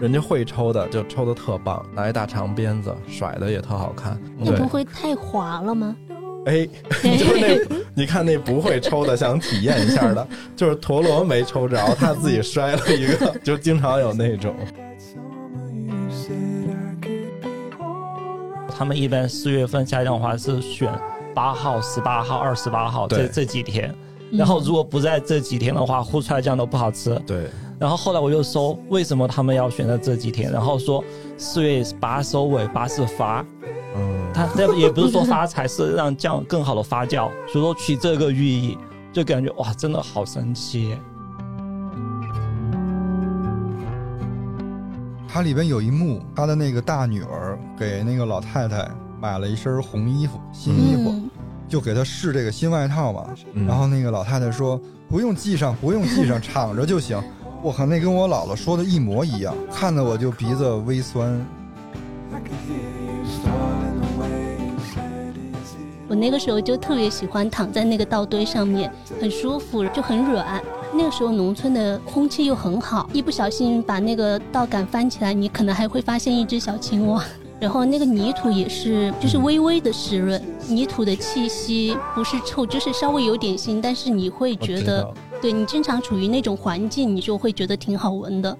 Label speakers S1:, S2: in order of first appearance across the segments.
S1: 人家会抽的就抽的特棒，拿一大长鞭子甩的也特好看。
S2: 那
S1: 嗯对
S2: 不，会太滑了吗？
S1: 哎， 就是那，你看那不会抽的想体验一下的，就是陀螺没抽着，他自己摔了一个，就经常有那种。
S3: That summer you said I could be alright.
S4: 他们一般四月份家长滑是选八号、十八号、二十八号这
S1: 对
S4: 这几天，然后如果不在这几天的话，烀出来酱都不好吃。
S1: 对，
S4: 然后后来我又搜为什么他们要选择这几天，然后说四月八收尾，八是发，
S1: 嗯，
S4: 它这也不是说发财，是让酱更好的发酵，所以说取这个寓意，就感觉哇，真的好神奇耶。
S5: 它里边有一幕，他的那个大女儿给那个老太太买了一身红衣服，新衣服，
S2: 嗯，
S5: 就给她试这个新外套嘛。
S1: 嗯
S5: 然后那个老太太说：“不用系上，不用系上，敞着就行。”我靠，那跟我姥姥说的一模一样，看得我就鼻子微酸。
S3: I could hear you falling away. You said, Is it
S2: 我那个时候就特别喜欢躺在那个稻堆上面，很舒服，就很软。那个时候农村的空气又很好，一不小心把那个稻杆翻起来，你可能还会发现一只小青蛙。 然后那个泥土也是，就是微微的湿润，泥土的气息不是臭，就是稍微有点腥，但是你会
S1: 我
S2: 觉
S1: 哦知
S2: 得
S1: 道，
S2: 对你经常处于那种环境，你就会觉得挺好闻的。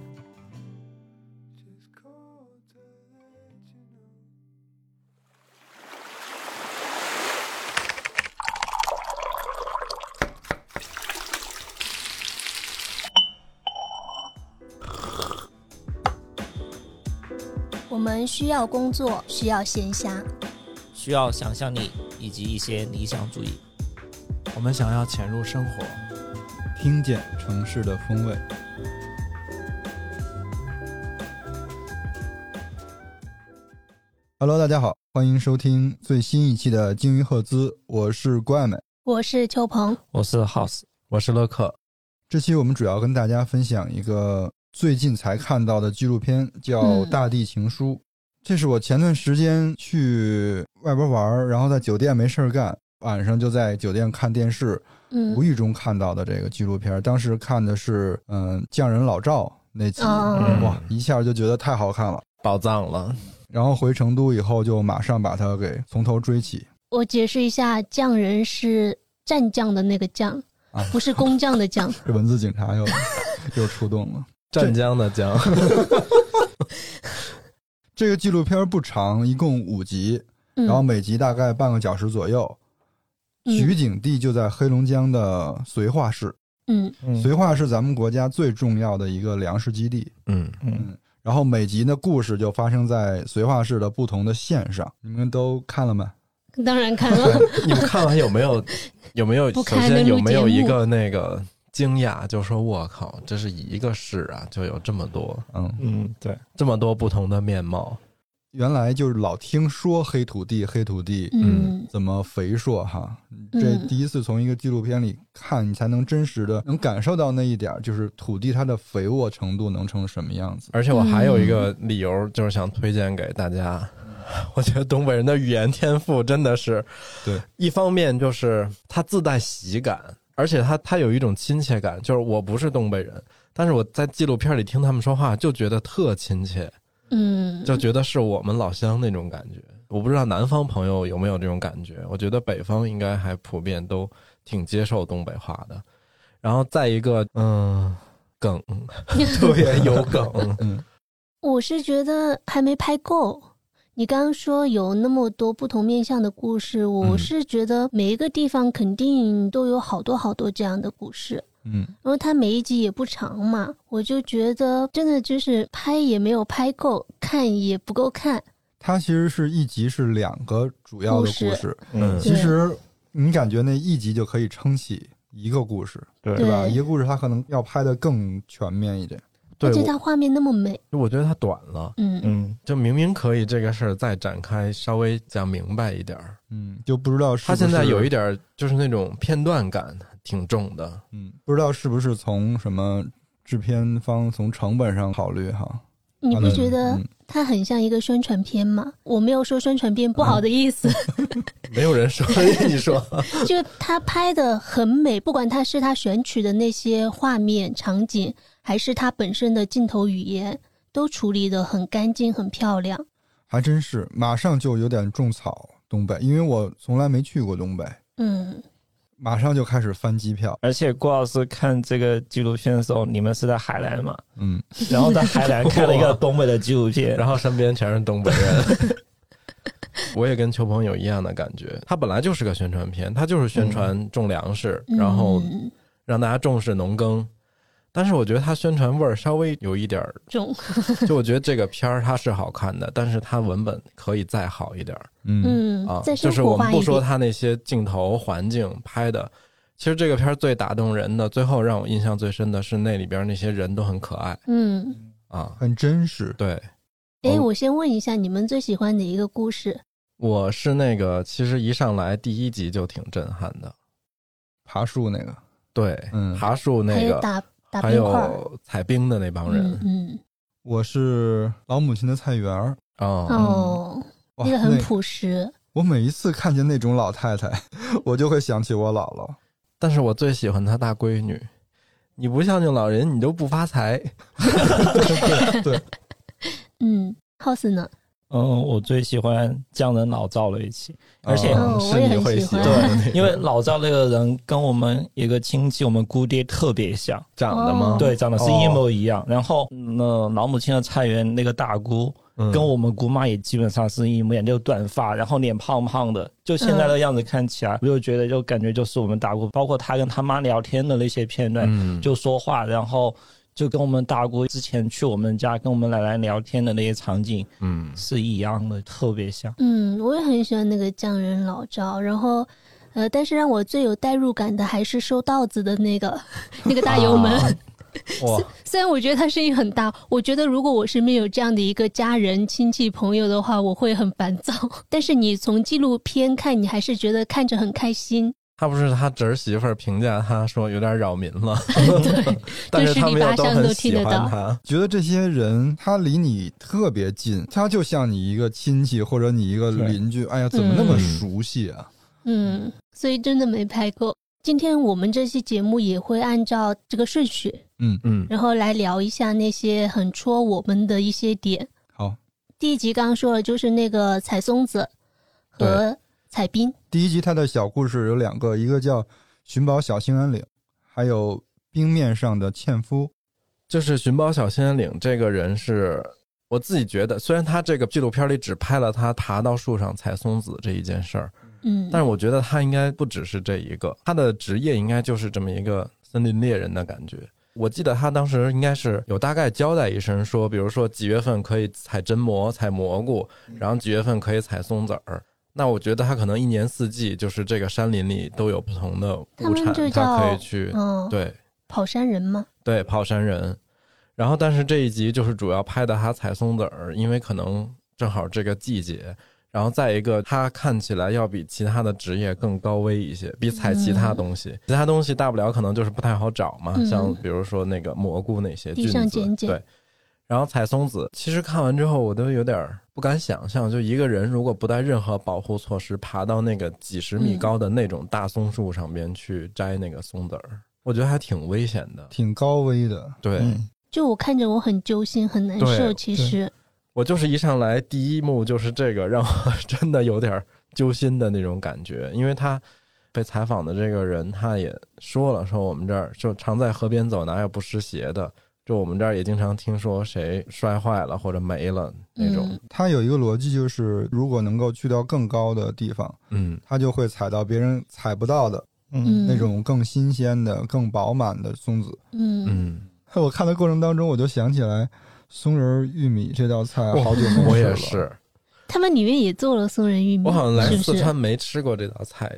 S3: just cold to let you know?
S6: 我们需要工作，需要闲暇，
S7: 需要想象力以及一些理想主义。
S8: 我们想要潜入生活，
S5: 听见城市的风味，Hello，大家好，欢迎收听最新一期的《鲸鱼赫兹》，我是怪美。
S2: 我是秋鹏，
S4: 我是 House，
S1: 我是乐克，
S5: 这期我们主要跟大家分享一个最近才看到的纪录片，叫
S2: 嗯
S5: 《大地情书》。这是我前段时间去外边玩儿，然后在酒店没事儿干，晚上就在酒店看电视，
S2: 嗯
S5: 无，意中看到的这个纪录片儿。当时看的是嗯匠人老赵那集，
S2: 哦
S5: 哇，一下就觉得太好看了。
S1: 宝藏了，
S5: 然后回成都以后，就马上把它给从头追起。
S2: 我解释一下，匠人是战将的那个将
S5: 啊，
S2: 不是工匠的匠。
S5: 这文字警察又 又出动了。
S1: 湛江 的江，
S5: 这个纪录片不长，一共五集，
S2: 嗯
S5: 然后每集大概半个小时左右。取景地就在黑龙江的绥化市，
S2: 嗯
S5: 绥化是咱们国家最重要的一个粮食基地。
S1: 嗯，
S5: 嗯，然后每集的故事就发生在绥化市的不同的县上。你们都看了没？
S2: 嗯，当然看了，
S1: 你们看完有没有有没有首
S2: 不看那
S1: 先
S2: 录
S1: 有没有
S2: 节
S1: 一
S2: 目
S1: 个那个惊讶，就说我靠，这是一个市啊，就有这么多
S5: 嗯，
S8: 嗯，对，
S1: 这么多不同的面貌，
S5: 原来就是老听说黑土地，黑土地，
S2: 嗯
S1: 嗯，
S5: 怎么肥硕哈？
S2: 嗯
S5: 这第一次从一个纪录片里看，你才能真实的能感受到那一点儿，就是土地它的肥沃程度能成什么样子。
S1: 而且我还有一个理由，就是想推荐给大家。 我觉得东北人的语言天赋真的是，
S5: 对，
S1: 一方面就是他自带喜感，而且他他有一种亲切感，就是我不是东北人，但是我在纪录片里听他们说话就觉得特亲切，
S2: 嗯，
S1: 就觉得是我们老乡那种感觉。我不知道南方朋友有没有这种感觉，我觉得北方应该还普遍都挺接受东北话的。然后再一个，嗯，梗特别有梗，
S5: 嗯
S2: 我是觉得还没拍够。你刚刚说有那么多不同面向的故事，我
S1: 嗯
S2: 是觉得每一个地方肯定都有好多好多这样的故事。
S5: 嗯，
S2: 然后它每一集也不长嘛，我就觉得真的就是拍也没有拍够，看也不够看。
S5: 它其实是一集是两个主要的
S2: 故
S5: 故
S2: 事
S5: 事，
S1: 嗯
S2: 对
S5: 其实你感觉那一集就可以撑起一个故事，
S8: 对
S5: 对吧？
S2: 对
S5: 一个故事它可能要拍的更全面一点。
S1: 对
S2: 而且
S1: 我
S2: 它画面那么美，
S1: 我觉得它短了，
S2: 嗯，
S8: 嗯，
S1: 就明明可以这个事儿再展开，稍微讲明白一点儿。
S5: 嗯，就不知道是
S1: 它
S5: 不是
S1: 现在有一点儿就是那种片段感挺重的，
S5: 嗯，不知道是不是从什么制片方从成本上考虑哈？
S2: 你不
S5: 嗯
S2: 觉得
S5: 嗯
S2: 它很像一个宣传片吗？我没有说宣传片不
S1: 啊
S2: 好的 意思，
S1: 没有人 说你说，
S2: 就他拍的很美，不管他是他选取的那些画面场景，还是他本身的镜头语言，都处理得很干净、很漂亮。
S5: 还真是马上就有点种草东北，因为我从来没去过东北，
S2: 嗯，
S5: 马上就开始翻机票。
S4: 而且郭老师看这个纪录片的时候，你们是在海南嘛？
S5: 嗯，
S4: 然后在海南看了一
S1: 哇
S4: 个东北的纪录片，
S1: 然后身边全是东北人。 我也跟邱鹏有一样的感觉，他本来就是个宣传片，他就是
S5: 嗯
S1: 宣传种粮食，然后
S2: 嗯
S1: 让大家重视农耕。但是我觉得他宣传味儿稍微有一点儿，
S2: 种，
S1: 就我觉得这个片儿它是好看的，但是它文本可以再好一点儿
S5: 嗯
S2: 嗯
S1: 啊，。
S2: 再
S1: 就
S2: 生
S1: 是
S2: 活
S1: 我们
S2: 化一
S1: 不说
S2: 点，
S1: 它那些镜头环境拍的，其实这个片儿最打动人的，最后让我印象最深的是那里边那些人都很可爱
S2: 嗯。
S1: 啊，
S5: 很真实。
S1: 对。
S2: 哎，
S1: 哦
S2: 我先问一下，你们最喜欢哪一个故事？
S1: 我是那个，其实一上来第一集就挺震撼的，
S5: 爬树那个，
S1: 对，
S5: 嗯
S1: 爬树
S2: 还
S1: 那
S2: 有
S1: 个，
S2: 打打
S1: 还
S2: 冰块儿，
S1: 有采冰的那帮人
S2: 嗯嗯
S5: 我是老母亲的菜园儿，
S1: 哦，
S2: 哦，
S5: 哇
S2: 那个很朴实，
S5: 我每一次看见那种老太太， 我就会想起我姥姥。
S1: 但是我最喜欢他大闺女，你不孝敬老人，你就不发财，
S5: 对对，
S2: 嗯。house 呢？
S4: 嗯，我最喜欢匠人老赵了一起，而且
S5: 嗯
S1: 啊
S2: 哦
S1: 是
S2: 我也
S1: 你
S2: 很
S1: 会
S2: 喜
S1: 喜欢
S2: 欢
S1: 的那个
S4: 因为老赵那个人跟我们一个亲戚，我们姑爹特别像，
S1: 长的吗？
S2: 哦
S4: 对，长得是一模一
S1: 哦
S4: 样。然后，那老母亲的菜园那个大姑，
S2: 哦
S1: 嗯
S4: 跟我们姑妈也基本上是一模一样，就短发，然后脸胖胖的，就现在的样子看起
S1: 嗯
S4: 来，我就觉得就感觉就是我们大姑，包括她跟她妈聊天的那些片段，
S1: 嗯，
S4: 就说话，然后就跟我们大姑之前去我们家跟我们奶奶聊天的那些场景
S1: 嗯，
S4: 是一样的，特别像。
S2: 嗯，我也很喜欢那个匠人老赵，然后，呃，但是让我最有代入感的还是收稻子的那个那个大油门。
S1: 哇，
S2: 虽然我觉得他声音很大，我觉得如果我身边有这样的一个家人、亲戚、朋友的话，我会很烦躁。 但是你从纪录片看，你还是觉得看着很开心。
S1: 他不是他侄儿媳妇儿评价他说有点扰民了， 但是
S2: 对十
S1: 他
S2: 里
S1: 们又
S2: 八
S1: 都
S2: 乡都
S1: 很
S2: 听
S1: 喜
S2: 得
S1: 欢
S2: 到
S1: 他，
S5: 觉得这些人他离你特别近，他就像你一个亲戚或者你一个邻居。哎呀，怎么那么熟悉啊？
S2: 嗯，所以真的没拍够。今天我们这期节目也会按照这个顺序，
S1: 嗯
S2: 然后来聊一下那些很戳我们的一些点。
S5: 好，
S2: 第一集刚刚说了，就是那个采松子和采冰。
S5: 第一集他的小故事有两个，一个叫《寻宝小兴安岭》，还有《冰面上的纤夫》。
S1: 就是寻宝小仙岭这个人是我自己觉得，虽然他这个纪录片里只拍了他爬到树上采松子这一件事儿，
S2: 嗯，
S1: 但是我觉得他应该不只是这一个，他的职业应该就是这么一个森林猎人的感觉。我记得他当时应该是有大概交代一声说，比如说几月份可以采榛蘑、采蘑菇，然后几月份可以采松子儿。那我觉得他可能一年四季就是这个山林里都有不同的
S2: 他
S1: 物
S2: 们
S1: 产
S2: 就，
S1: 他可
S2: 叫
S1: 以去、
S2: 嗯，
S1: 对
S2: 跑山人嘛，
S1: 对，跑山人。然后，但是这一集就是主要拍的他采松子儿，因为可能正好这个季节。然后再一个，他看起来要比其他的职业更高危一些，比采其他东西，其他东西大不了可能就是不太好找嘛，
S2: 嗯
S1: 像比如说那个蘑菇那些
S2: 地
S1: 菌
S2: 上
S1: 子，
S2: 捡捡
S1: 对。然后采松子，其实看完之后我都有点儿不敢想象，就一个人如果不带任何保护措施爬到那个几十米
S2: 嗯
S1: 高的那种大松树上边去摘那个松子儿，我觉得还挺危险的。
S5: 挺高危的。
S1: 对，
S4: 嗯
S2: 就我看着我很揪心，很难
S1: 对
S2: 受。其实，
S1: 我就是一上来第一幕就是这个，让我真的有点揪心的那种感觉，因为他被采访的这个人他也说了，说我们这儿就常在河边走，哪有不湿鞋的？就我们这儿也经常听说谁摔坏了或者没了那种，
S5: 他有一个逻辑，就是如果能够去到更高的地方，
S1: 嗯
S5: 他就会采到别人采不到的、
S2: 嗯，
S5: 那，种更新鲜的、更饱满的松子。
S2: 嗯，
S1: 嗯，
S5: 我看的过程当中，我就想起来松仁玉米这道菜好久没吃了。
S1: 我也，是，
S2: 他们里面也做了松仁玉米，
S1: 我好像来
S2: 是不
S1: 四
S2: 是？
S1: 川没吃过这道菜，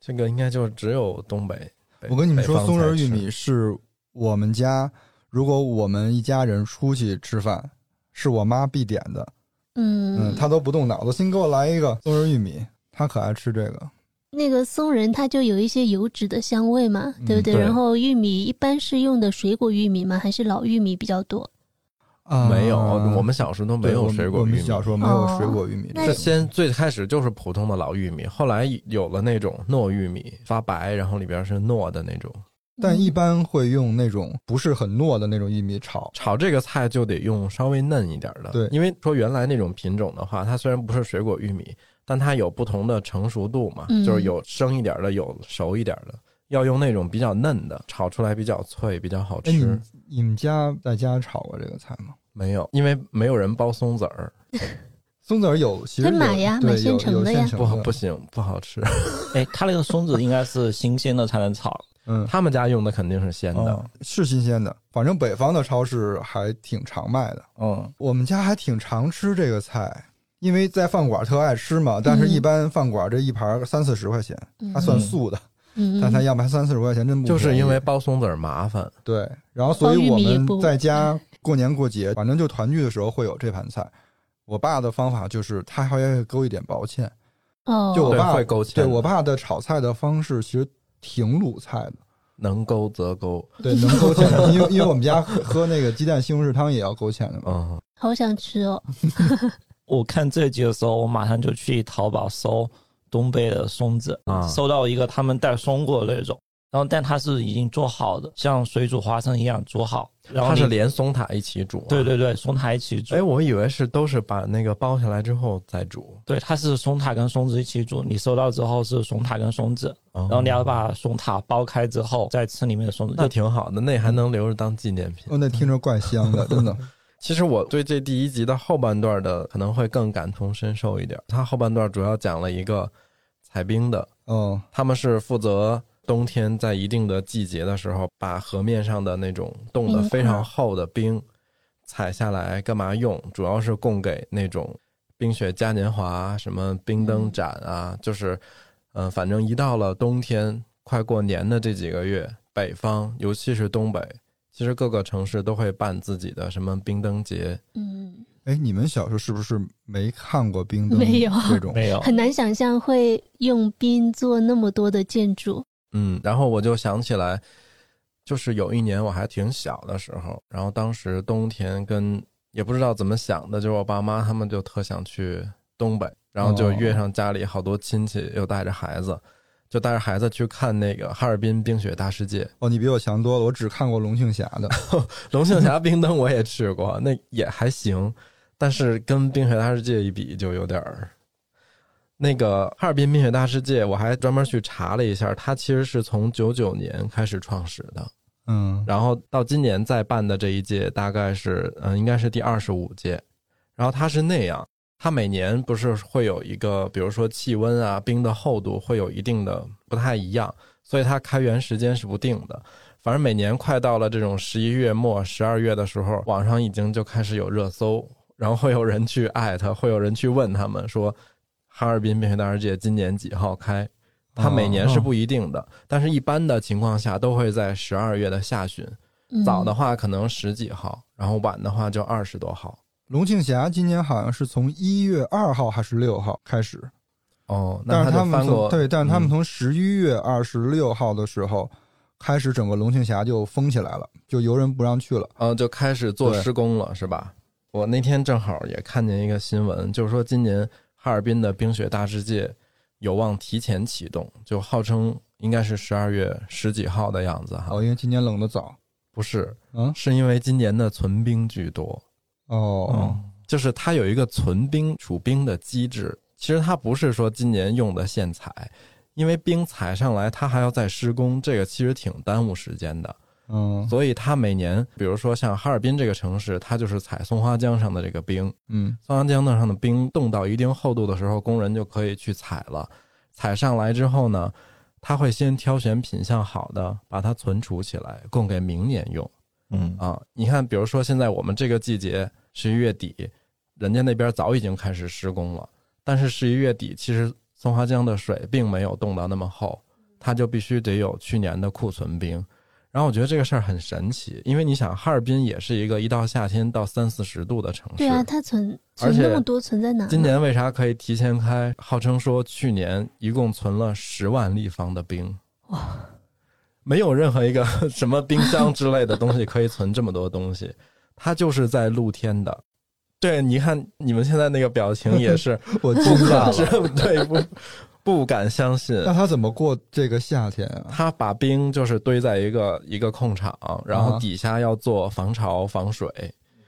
S1: 这个应该就只有东北。北
S5: 我跟你们
S1: 北
S5: 说，
S1: 方
S5: 松仁
S1: 才
S5: 玉
S1: 吃
S5: 米是我们家，如果我们一家人出去吃饭，是我妈必点的。嗯，
S2: 嗯，
S5: 她都不动脑子，先给我来一个松仁玉米，她可爱吃这个。
S2: 那个松仁它就有一些油脂的香味嘛，
S5: 嗯
S2: 对不对？
S1: 对
S2: 然后玉米一般是用的水果玉米吗？还是老玉米比较多？
S5: 啊
S1: 没有，我们小时候都没
S5: 对我
S1: 有
S5: 们
S1: 水果
S5: 我
S1: 玉
S5: 们
S1: 米。
S5: 小时候没有水果玉米。
S2: 那
S1: 是先最开始就是普通的老玉米，后来有了那种糯玉米，发白，然后里边是糯的那种。
S5: 但一般会用那种不是很糯的那种玉米炒。
S1: 炒这个菜就得用稍微嫩一点的，
S5: 对
S1: 因为说原来那种品种的话，它虽然不是水果玉米，但它有不同的成熟度嘛，
S2: 嗯
S1: 就是有生一点的，有熟一点的，要用那种比较嫩的，炒出来比较脆，比较好
S5: 哎，你
S1: 吃。
S5: 们你们家在家炒过这个菜吗？
S1: 没有，因为没有人剥松子儿，
S5: 松子儿有，其实
S2: 可以买
S5: 有
S2: 呀
S5: 对
S2: 买现
S5: 有
S2: 成
S5: 有
S2: 的呀
S5: 现成
S1: 不好
S5: 的
S1: 不行，不好吃。
S4: 哎，它那个松子应该是新鲜的才能炒，
S5: 嗯，
S1: 他们家用的肯定是鲜的，
S5: 哦是新鲜的，反正北方的超市还挺常卖的。
S4: 嗯，
S5: 我们家还挺常吃这个菜，因为在饭馆特爱吃嘛。但是，
S2: 嗯
S5: 一般饭馆这一盘三四十块钱，它算素的，
S2: 嗯，
S5: 但它要卖三四十块钱，真不
S1: 就是
S5: 便宜
S1: 因为剥松子儿麻烦。
S5: 对。然后，所
S2: 包玉米
S5: 以我
S2: 也
S5: 们
S2: 不嗯
S5: 在家过年过节，反正就团聚的时候会有这盘菜。我爸的方法就是他还要勾一点薄芡，
S2: 哦，
S5: 就我
S1: 对
S5: 爸
S1: 会勾芡
S5: 对
S1: 的
S5: 我爸的炒菜的方式其实挺鲁菜 的。
S1: 能勾则勾，
S5: 对，能勾芡的，因为因为我们家喝喝那个鸡蛋西红柿汤也要勾芡的嘛。
S1: 嗯，
S2: 好想吃哦，
S4: 我看这集的时候，我马上就去淘宝搜东北的松子，
S1: 啊
S4: 搜到一个他们带松果的那种，然后但它是已经做好的，像水煮花生一样煮好，然后
S1: 它是
S4: 你
S1: 连松塔一起煮、啊。
S4: 对。对对，松塔一起煮
S1: 哎，，我以为是都是把那个剥下来之后再煮，
S4: 对，它是松塔跟松子一起煮，你收到之后是松塔跟松子，
S1: 然
S4: 然后你要把松塔剥开之后再吃里面的松子，
S1: 嗯那
S4: 就嗯
S1: 挺好的，那还能留着当纪念品。
S5: 哦，那听着怪 香的，真
S1: 嗯
S5: 的。
S1: 其实我对这第一集的后半段的可能会更感同身受一点。它后半段主要讲了一个采冰的，
S5: 哦，
S1: 他们是负责冬天在一定的季节的时候，把河面上的那种冻得
S2: 冰块
S1: 非常厚的冰采下来，干嘛用？主要是供给那种冰雪嘉年华、什么冰灯展啊，就是，嗯、反正一到了冬天，快过年的这几个月，北方尤其是东北，其实各个城市都会办自己的什么冰灯节，
S2: 嗯，
S5: 哎，你们小时候是不是没看过冰灯？
S2: 没有
S5: 这种。
S4: 没有。
S2: 很难想象会用冰做那么多的建筑，
S1: 嗯，然后我就想起来，就是有一年我还挺小的时候，然后当时冬天跟也不知道怎么想的，就是我爸妈他们就特想去东北，然后就约上家里好多亲戚，又带着孩子，就带着孩子去看那个哈尔滨冰雪大世界。
S5: 哦，你比我强多了，我只看过龙庆峡 的。
S1: 龙庆峡冰灯我也去过，那也还行，但是跟冰雪大世界一比就有点儿。那个哈尔滨冰雪大世界，我还专门去查了一下，它其实是从九九年开始创始的。
S5: 嗯，
S1: 然后到今年再办的这一届，大概是嗯、呃应该是第二十五届。然后它是那样，它每年不是会有一个，比如说气温啊、冰的厚度会有一定的不太一样，所以它开园时间是不定的。反正每年快到了这种十一月末、十二月的时候，网上已经就开始有热搜，然后会有人去艾特，会有人去问他们说，哈尔滨冰雪大世界今年几号开？它每年是不一定的，但是一般的情况下都会在十二月的下旬，
S2: 嗯、
S1: 早的话可能十几号，然后晚的话就二十多号。
S5: 龙庆峡今年好像是从一月二号还是六号开始，
S1: 哦，那
S5: 但是
S1: 他就
S5: 们
S1: 翻
S5: 从
S1: 过
S5: 对，但是他们
S1: 嗯
S5: 从十一月二十六号的时候开始，整个龙庆峡就封起来了，就游人不让去了。
S1: 呃就开始做
S5: 对
S1: 施工了，是吧？我那天正好也看见一个新闻，就是说今年哈尔滨的冰雪大世界有望提前启动，就号称应该是十二月十几号的样子哈
S5: 哦，。因为今年冷得早。
S1: 不是，
S5: 嗯，
S1: 是因为今年的存冰居多。
S5: 哦，
S1: 就是它有一个存冰储冰的机制。其实它不是说今年用的现采，因为冰采上来它还要再施工，这个其实挺耽误时间的。
S5: 嗯
S1: 所以它每年，比如说像哈尔滨这个城市，它就是采松花江上的这个冰，
S5: 嗯
S1: 松花江上的冰冻到一定厚度的时候，工人就可以去采了。采上来之后呢，他会先挑选品相好的，把它存储起来，供给明年用。
S4: 嗯
S1: 啊，你看，比如说现在我们这个季节十一月底，人家那边早已经开始施工了，但是十一月底其实松花江的水并没有冻到那么厚，它就必须得有去年的库存冰。然后我觉得这个事儿很神奇，因为你想，哈尔滨也是一个一到夏天到三四十度的城市，
S2: 对啊，它存
S1: 而
S2: 存
S1: 且
S2: 那么多存在哪？
S1: 今年为啥可以提前开？号称说去年一共存了十万立方的冰，
S2: 哇，
S1: 没有任何一个 什么冰箱之类的东西可以存这么多东西，它就是在露天的。对，你看你们现在那个表情也是，
S5: 我惊讶了。
S1: 是对不？不敢相信。
S5: 那他怎么过这个夏天啊？
S1: 他把冰就是堆在一个一个空场，然后底下要做防潮、防水，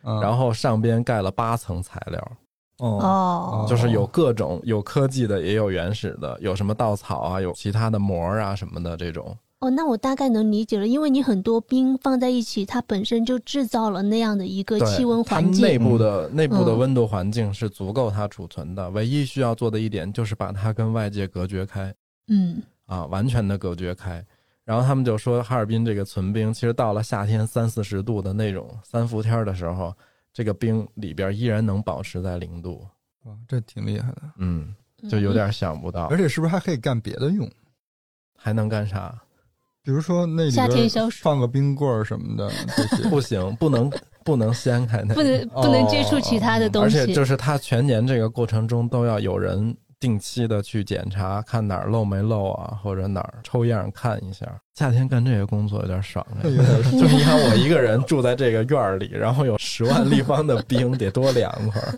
S5: 嗯
S1: 然后上边盖了八层材料，
S4: 哦，
S2: 哦，
S1: 就是有各种有科技的，也有原始的，有什么稻草啊，有其他的膜啊什么的这种。
S2: 哦，那我大概能理解了，因为你很多冰放在一起，它本身就制造了那样的一个
S1: 对，
S2: 气温
S1: 它
S2: 环
S1: 内
S2: 境。
S1: 部的、内部的
S2: 嗯
S1: 温度环境是足够它储存的，唯一需要做的一点就是把它跟外界隔绝开。
S2: 嗯，
S1: 啊，完全的隔绝开。然后他们就说，哈尔滨这个存冰，其实到了夏天三四十度的那种三伏天儿的时候，这个冰里边依然能保持在零度。
S5: 哇，这挺厉害的，
S1: 嗯，就有点想不到
S5: 而，且是不是还可以干别的用？
S1: 还能干啥？
S5: 比如说
S1: 嗯
S5: 那里
S2: 嗯夏天
S5: 边
S2: 消暑，
S5: 放个冰棍儿什么的这些。
S1: 不行，不能不能掀开那
S2: 不
S1: 个。
S2: 能不能接触其他的
S1: 哦嗯而
S2: 东西。
S1: 且就是它全年这个过程中都要有人定期的去检查，看哪儿漏没漏啊，或者哪儿抽样看一下。夏天干这个工作有点爽哎。
S5: 有点
S1: 就是你看我一个人住在这个院儿里，然后有十万立方的冰，得多凉快儿。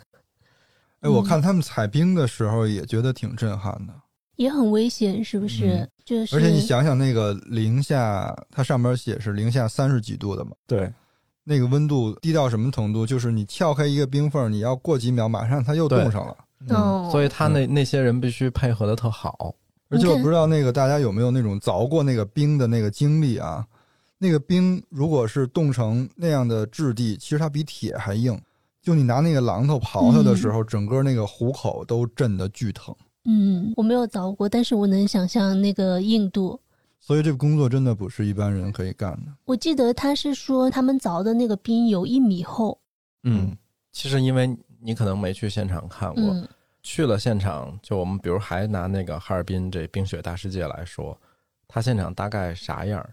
S5: 哎，
S2: 嗯
S5: 我看他们采冰的时候也觉得挺震撼的，
S2: 也很危险，是不是？
S5: 嗯
S2: 就是
S5: 而且你想想那个零下，它上面写是零下三十几度的嘛，
S4: 对，
S5: 那个温度低到什么程度？就是你撬开一个冰缝儿，你要过几秒，马上它又冻上了。
S2: 哦，
S1: 嗯所以他那那些人必须配合的特好。
S5: 而且
S2: 你
S5: 我
S2: 看
S5: 不知道那个大家有没有那种凿过那个冰的那个经历啊？那个冰如果是冻成那样的质地，其实它比铁还硬。就你拿那个榔头刨它的时候，整个那个虎口都震得巨疼。
S2: 嗯，我没有凿过，但是我能想象那个硬度。
S5: 所以这个工作真的不是一般人可以干的。
S2: 我记得他是说他们凿的那个冰有一米厚，
S1: 嗯，其实因为你可能没去现场看过，
S2: 嗯
S1: 去了现场，就我们比如还拿那个哈尔滨这冰雪大世界来说，它现场大概啥样儿？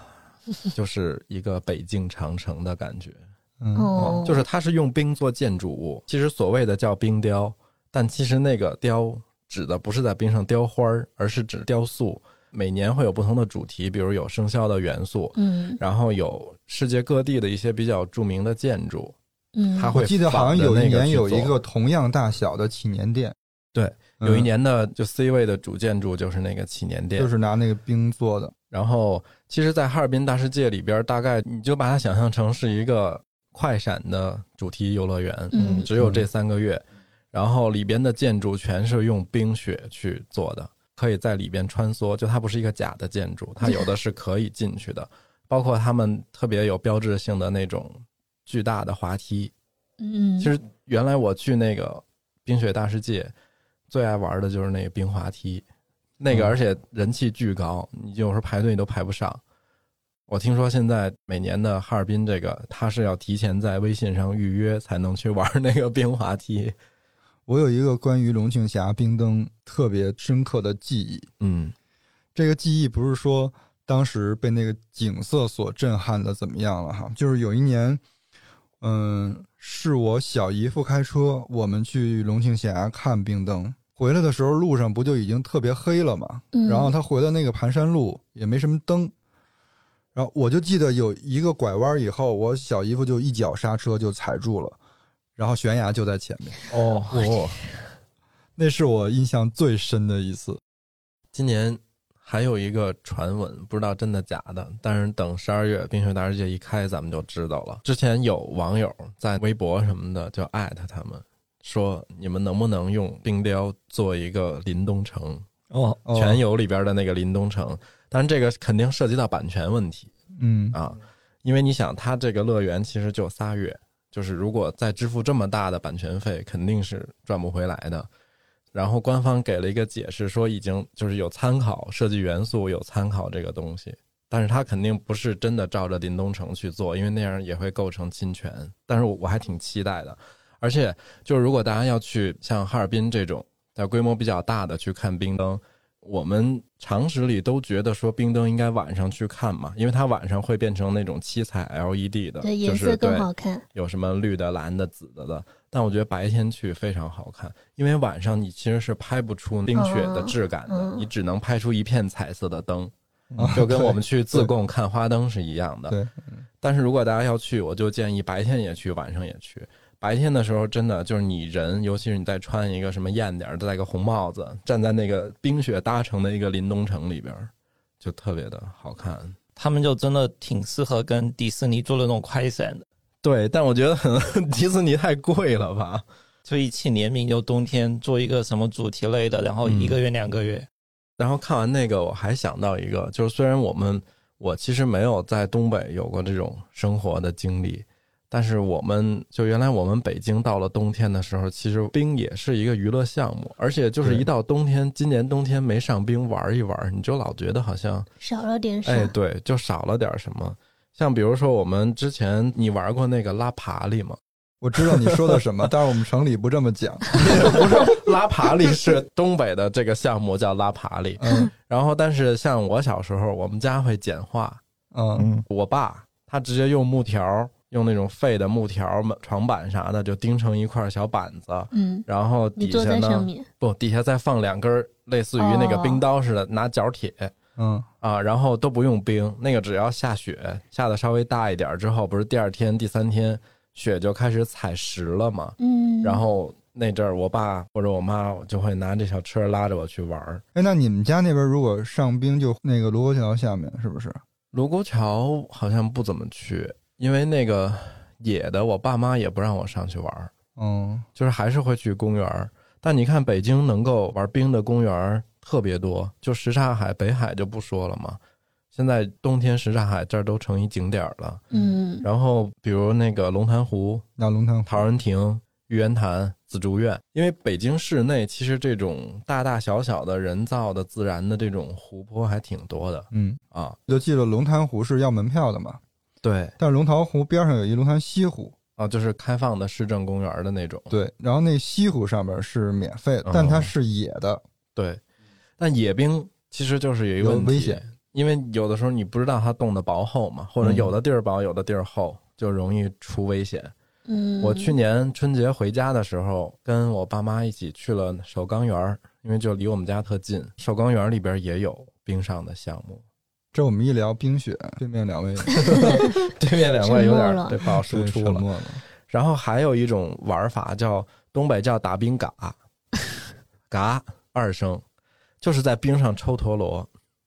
S1: 就是一个北境长城的感觉。
S5: 嗯，
S2: 哦，
S1: 就是它是用冰做建筑物，其实所谓的叫冰雕，但其实那个雕指的不是在冰上雕花儿，而是指雕塑。每年会有不同的主题，比如有生肖的元素，
S2: 嗯
S1: 然后有世界各地的一些比较著名的建筑，
S2: 嗯，
S1: 它
S5: 我
S1: 会
S5: 记得好像有一
S1: 仿着那
S5: 年
S1: 去
S5: 有一
S1: 做
S5: 个同样大小的祈年殿，
S1: 对
S5: 嗯，
S1: 有一年的就 C 位的主建筑就是那个祈年殿，
S5: 就是拿那个冰做的，
S1: 然后，其实，在哈尔滨大世界里边，大概你就把它想象成是一个快闪的主题游乐园，
S2: 嗯
S1: 只有这三个月，然后里边的建筑全是用冰雪去做的，可以在里边穿梭，就它不是一个假的建筑，它有的是可以进去的，包括他们特别有标志性的那种巨大的滑梯，
S2: 嗯，
S1: 其实原来我去那个冰雪大世界，最爱玩的就是那个冰滑梯，那个
S5: 嗯
S1: 而且人气巨高，你有时候排队都排不上。我听说现在每年的哈尔滨这个，他是要提前在微信上预约才能去玩那个冰滑梯。
S5: 我有一个关于龙庆峡冰灯特别深刻的记忆。
S1: 嗯
S5: 这个记忆不是说当时被那个景色所震撼的怎么样了哈，就是有一年，嗯，是我小姨夫开车，我们去龙庆峡看冰灯，回来的时候路上不就已经特别黑了嘛，
S2: 嗯
S5: 然后他回到那个盘山路也没什么灯，然后我就记得有一个拐弯以后，我小姨夫就一脚刹车就踩住了，然后悬崖就在前面，
S1: 哦哦，
S5: 那是我印象最深的一次。
S1: 今年还有一个传闻，不知道真的假的，但是等十二月冰雪大世界一开，咱们就知道了。之前有网友在微博什么的就艾特他们，说你们能不能用冰雕做一个林东城
S4: 哦，
S5: 哦
S1: 全游里边的那个林东城？当然，这个肯定涉及到版权问题
S5: 嗯
S1: 啊，因为你想，它这个乐园其实就仨月，就是如果再支付这么大的版权费，肯定是赚不回来的。然后官方给了一个解释，说已经就是有参考设计元素，有参考这个东西，但是它肯定不是真的照着林东城去做，因为那样也会构成侵权。但是我我还挺期待的，而且就是如果大家要去像哈尔滨这种在规模比较大的去看冰灯，我们常识里都觉得说冰灯应该晚上去看嘛，因为它晚上会变成那种七彩 LED 的，就
S2: 对颜
S1: 是
S2: 色更
S1: 对
S2: 好看，
S1: 有什么绿的、蓝的、紫的的。但我觉得白天去非常好看，因为晚上你其实是拍不出冰雪的质感的，
S2: 嗯嗯
S1: 你只能拍出一片彩色的灯，
S5: 啊
S1: 就跟我们去自
S5: 对
S1: 贡看花灯是一样的。
S5: 对
S1: 但是如果大家要去，我就建议白天也去，晚上也去。白天的时候，真的就是你人，尤其是你再穿一个什么艳点儿，戴个红帽子，站在那个冰雪搭成的一个林东城里边儿，就特别的好看。
S4: 他们就真的挺适合跟迪士尼做的那种快闪的，
S1: 对，但我觉得可能 迪士尼太贵了吧？
S4: 就一起联名，就冬天做一个什么主题类的，然后一个月、两个月，
S1: 然后看完那个，我还想到一个，就是虽然我们我其实没有在东北有过这种生活的经历，但是我们就原来我们北京到了冬天的时候，其实冰也是一个娱乐项目，而且就是
S5: 对
S1: 一到冬天，今年冬天没上冰玩一玩，你就老觉得好像
S2: 少了点啥？
S1: 哎对，就少了点什么。像比如说我们之前你玩过那个拉爬犁吗？
S5: 我知道你说的什么，但是我们城里不这么讲。
S1: 不是拉爬犁是东北的这个项目叫拉爬犁，
S5: 嗯
S1: 然后，但是像我小时候，我们家会简化，
S5: 嗯，
S4: 嗯，
S1: 我爸他直接用木条儿，用那种废的木条儿、床板啥的，就钉成一块小板子，
S2: 嗯，
S1: 然后
S2: 你
S1: 底
S2: 坐
S1: 下
S2: 在上
S1: 呢
S2: 面，
S1: 不，底下再放两根儿类似于那个
S2: 哦
S1: 冰刀似的，拿角铁
S5: 嗯
S1: 啊，然后都不用冰，那个只要下雪，下的稍微大一点儿之后，不是第二天、第三天雪就开始踩实了嘛，
S2: 嗯，
S1: 然后那阵儿，我爸或者我妈就会拿这小车拉着我去玩儿。
S5: 哎，那你们家那边如果上冰就那个卢沟桥下面是不是？
S1: 卢沟桥好像不怎么去，因为那个野的，我爸妈也不让我上去玩儿，
S5: 嗯，
S1: 就是还是会去公园儿。但你看北京能够玩冰的公园儿特别多，就什刹海、北海就不说了嘛。现在冬天什刹海这儿都成一景点儿了，
S2: 嗯，
S1: 然后比如那个龙潭湖，
S5: 那龙潭
S1: 陶然亭、玉渊潭、紫竹院，因为北京市内其实这种大大小小的人造的自然的这种湖泊还挺多的
S5: 嗯，
S1: 啊。
S5: 就记得龙潭湖是要门票的嘛，
S1: 对
S5: 但是龙潭湖边上有一龙潭西湖，
S1: 啊，就是开放的市政公园的那种。
S5: 对，然后那西湖上面是免费
S1: 哦
S5: 的，但它是野的，
S1: 对，但野冰其实就是有一个
S5: 有
S1: 问题
S5: 危险，
S1: 因为有的时候你不知道它冻得薄厚嘛，或者
S5: 嗯
S1: 有的地儿薄，有的地儿厚，就容易出危险。
S2: 嗯，
S1: 我去年春节回家的时候，跟我爸妈一起去了首钢园儿，因为就离我们家特近。首钢园儿里边也有冰上的项目。
S5: 这我们一聊冰雪，对面两位
S1: 对面两位有点
S2: 沉默
S1: 儿
S2: 了
S1: 对不好输
S5: 对
S1: 出
S5: 沉
S1: 了。
S5: 默了。
S1: 然后还有一种玩法叫东北叫打冰嘎，嘎二声，就是在冰上抽陀螺。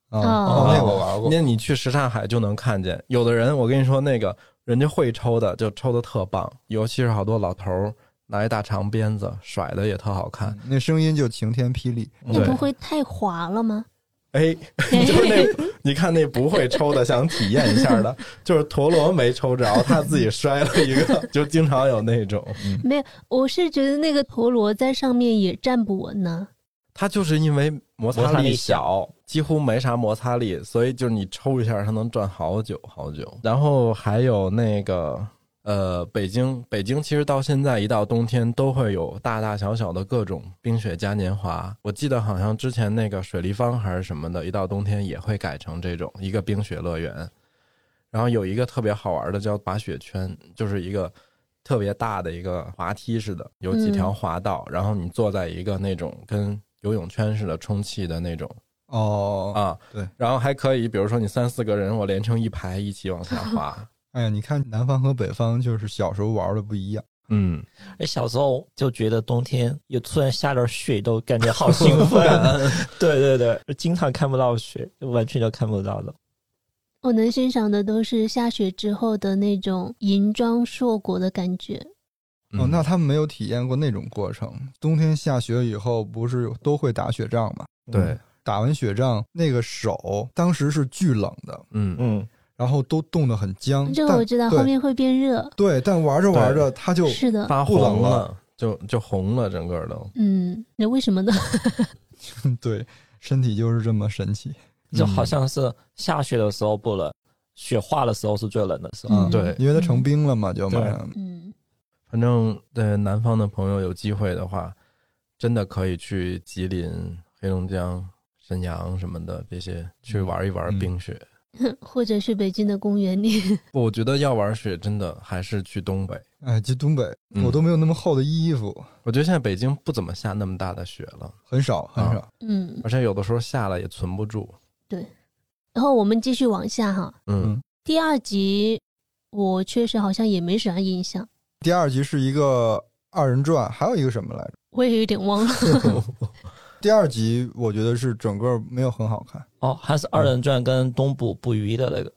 S5: 啊，
S2: 哦
S5: 那我玩过，
S1: 那你去什刹海就能看见，有的人我跟你说那个人家会抽的就抽的特棒，尤其是好多老头儿拿一大长鞭子甩的也特好看
S5: 嗯。那声音就晴天霹雳。
S1: 嗯
S2: 那
S1: 对
S2: 不会太滑了吗？
S1: 哎， 就是那，你看那不会抽的，想体验一下的，就是陀螺没抽着，他自己摔了一个，就经常有那种。
S2: 没有，我是觉得那个陀螺在上面也站不稳呢、
S1: 它就是因为摩
S4: 摩
S1: 擦
S4: 擦
S1: 力
S4: 力
S1: 小，几乎没啥摩擦力，所以就是你抽一下，它能转好久好久。然后还有那个呃，北京，北京其实到现在一到冬天都会有大大小小的各种冰雪嘉年华。我记得好像之前那个水立方还是什么的，一到冬天也会改成这种一个冰雪乐园。然后有一个特别好玩的叫滑雪圈，就是一个特别大的一个滑梯似的，有几条滑道，然后你坐在一个那种跟游泳圈似的充气的那种
S5: 哦，
S1: 啊，
S5: 对，
S1: 然后还可以，比如说你三四个人，我连成一排一起往下 滑，
S5: 哎呀，你看南方和北方就是小时候玩的不一样。
S1: 嗯，
S4: 哎，小时候就觉得冬天又突然下点雪，都感觉好兴奋。对对对，经常看不到雪，完全就看不到了。
S2: 我能欣赏的都是下雪之后的那种银装硕果的感觉。
S1: 嗯
S5: 哦，那他们没有体验过那种过程。冬天下雪以后，不是都会打雪仗吗？
S1: 对，
S5: 打完雪仗，那个手当时是巨冷的，
S1: 嗯，
S4: 嗯，
S5: 然后都冻得很僵。
S2: 这个
S5: 但
S2: 我知道，
S5: 对
S2: 后面会变热。
S5: 对，但玩着玩着，它就是
S2: 的，
S1: 发
S5: 不冷
S1: 红
S5: 了
S1: 了，就就红了，整个都。
S2: 嗯，那为什么呢？
S5: 对身体就是这么神奇。
S4: 嗯就好
S1: 嗯
S4: 像是下雪的时候不冷，雪化的时候是最冷的时候。
S5: 嗯，
S1: 对
S5: 因为它成冰了嘛，就马上。
S2: 嗯，
S1: 反正在南方的朋友有机会的话，真的可以去吉林、黑龙江、沈阳什么的这些去玩一玩
S5: 嗯
S1: 冰雪。
S2: 或者去北京的公园里，
S1: 不，我觉得要玩雪真的还是去东北。
S5: 哎，这东北
S1: 嗯
S5: 我都没有那么厚的衣服，
S1: 我觉得现在北京不怎么下那么大的雪了，
S5: 很少很
S1: 啊
S5: 少。
S2: 嗯，
S1: 而且有的时候下了也存不住。
S2: 然后我们继续往下哈。
S1: 嗯
S2: 第二集我确实好像也没啥印象，
S5: 第二集是一个二人转，还有一个什么来着？
S2: 我也有点忘了。
S5: 第二集我觉得是整个没有很好看。
S4: 哦，还是二人转跟东部捕鱼的那个，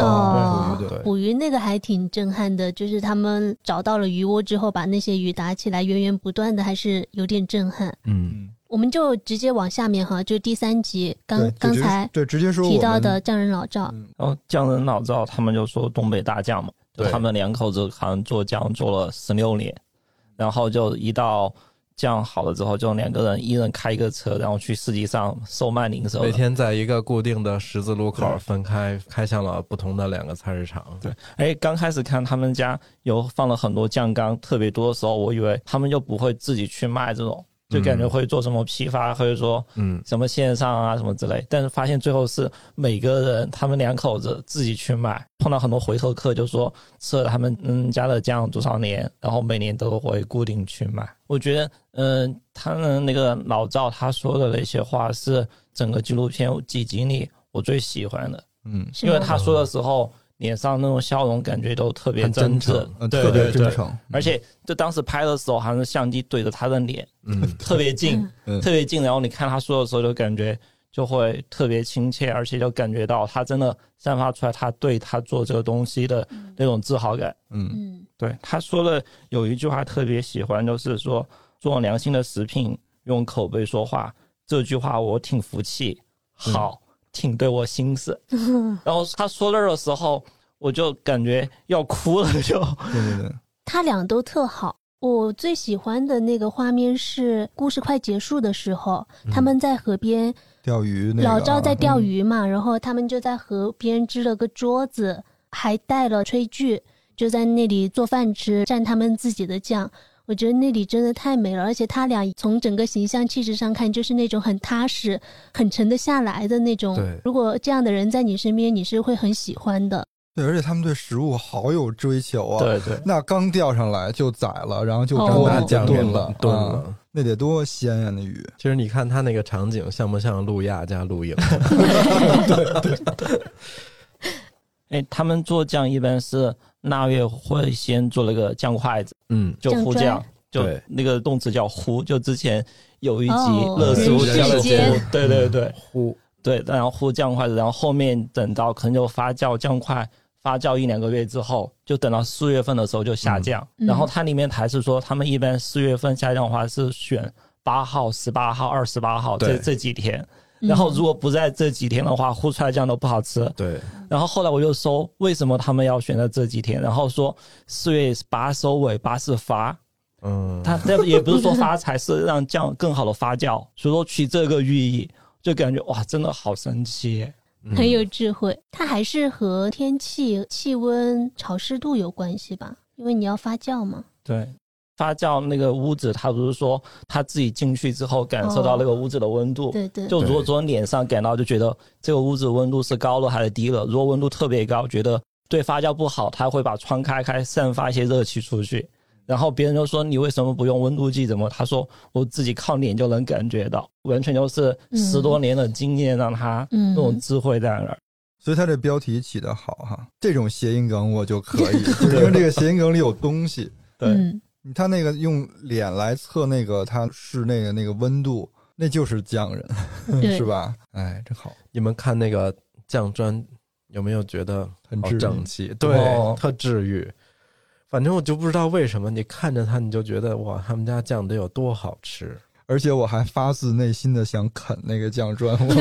S2: 哦
S5: 对对 对，
S2: 捕鱼那个还挺震撼的，就是他们找到了鱼窝之后，把那些鱼打起来，源源不断的，还是有点震撼。
S1: 嗯，
S5: 嗯，
S2: 我们就直接往下面哈，就第三集
S5: 对
S2: 刚刚
S5: 直接
S2: 才
S5: 对直接说
S2: 提
S5: 我
S2: 到
S5: 们
S2: 的匠人老赵，
S5: 嗯
S4: 然后匠人老赵他们就说东北大酱嘛，就
S1: 对
S4: 他们两口子好像做酱做了十六年，然后就一到酱好了之后，就两个人一人开一个车，然后去市集上售卖零售的。
S1: 每天在一个固定的十字路口分开，开向了不同的两个菜市场。
S4: 对哎，刚开始看他们家有放了很多酱缸，特别多的时候，我以为他们就不会自己去卖这种，就感觉
S1: 嗯
S4: 会做什么批发，或者说
S1: 嗯，
S4: 什么线上啊什么之类，但是发现最后是每个人他们两口子自己去买，碰到很多回头客就说吃了他们嗯家的酱多少年，然后每年都会固定去买。我觉得嗯、他们那个老赵他说的那些话是整个纪录片几集里我最喜欢的，
S5: 嗯
S2: 是
S4: 因为
S2: 吗
S4: 他说的时候脸上那种笑容感觉都特别
S1: 很真
S4: 真
S1: 诚
S4: 挚，
S5: 呃，
S4: 对
S5: 特别
S4: 对
S5: 真
S4: 对，
S5: 诚，
S4: 而且就当时拍的时候还是相机对着他的脸，
S1: 嗯，
S4: 特别近。
S5: 嗯
S4: 特别近，然后你看他说的时候，就感觉就会特别亲切，而且就感觉到他真的散发出来他对他做这个东西的那种自豪感。
S5: 嗯
S2: 嗯，
S4: 对他说的有一句话特别喜欢，就是说做良心的食品，用口碑说话。这句话我挺服气，好，挺对我心思。然后他说这儿的时候，我就感觉要哭了，就
S5: 对对对，
S2: 他俩都特好。我最喜欢的那个画面是故事快结束的时候，
S5: 嗯
S2: 他们在河边，
S5: 钓鱼那个啊嗯
S2: 老赵在钓鱼嘛，然后他们就在河边支了个桌子，还带了炊具，就在那里做饭吃，蘸他们自己的酱。我觉得那里真的太美了，而且他俩从整个形象气质上看，就是那种很踏实、很沉得下来的那种
S1: 对。
S2: 如果这样的人在你身边，你是会很喜欢的。
S5: 对，而且他们对食物好有追求啊。
S4: 对对。
S5: 那刚钓上来就宰了，然后就
S2: 哦
S5: 锅
S1: 那
S5: 里就
S1: 酱
S5: 炖
S1: 炖
S5: 了
S1: 了，，炖
S5: 啊
S1: 了。
S5: 那得多鲜呀！那鱼，
S1: 其实你看他那个场景像不像路亚加露营？
S4: 哎，他们做酱一般是腊月会先做那个酱筷子。
S1: 嗯，
S4: 就
S2: 酱
S4: 呼
S2: 砖
S4: 叫，就
S1: 对
S4: 那个动词叫呼，就之前有一集
S2: 哦
S4: 乐视
S1: 人
S4: 无
S1: 世
S4: 家的
S2: 间
S4: 呼，对对对
S1: 呼，
S4: 对，然后呼酱筷子，然后后面等到可能就发酵酱块发酵一两个月之后，就等到四月份的时候就下降，
S2: 嗯
S4: 然后它里面还是说他们一般四月份下降的话是选八号、十八号、二十八号这
S1: 对
S4: 这几天。
S2: 嗯
S4: 然后，如果不在这几天的话，呼出来酱都不好吃。
S1: 对，
S4: 然后后来我又搜为什么他们要选在这几天，然后说四月八收尾，八是发，
S1: 嗯，
S4: 它但也不是说发财，是让酱更好的发酵，所以说取这个寓意，就感觉哇，真的好神奇耶。
S1: 嗯
S2: 很有智慧。它还是和天气、气温、潮湿度有关系吧？因为你要发酵嘛。
S4: 对，发酵那个屋子，它不是说他自己进去之后感受到那个屋子的温度，
S2: 对对，
S4: 就如果
S1: 对
S4: 从脸上感到就觉得这个屋子温度是高了还是低了，如果温度特别高，觉得对发酵不好，它会把窗开开，散发一些热气出去。然后别人就说你为什么不用温度计？怎么？他说我自己靠脸就能感觉到，完全就是十多年的经验让他
S2: 嗯
S4: 那种智慧在那儿。
S5: 所以它这标题起得好哈，这种谐音梗我就 可以，就是因为这个谐音梗里有东西。
S2: 嗯，
S5: 他那个用脸来测那个他室内的那个温度，那就是匠人，
S2: 对
S5: 是吧？哎，真好，
S1: 你们看那个酱砖有没有觉得
S5: 很
S1: 好
S5: 治
S1: 整
S5: 愈。
S1: 齐？对，
S4: 哦
S1: 特治愈。反正我就不知道为什么，你看着它你就觉得哇，他们家酱得有多好 吃。
S5: 而且我还发自内心的想啃那个酱砖，
S1: 哇，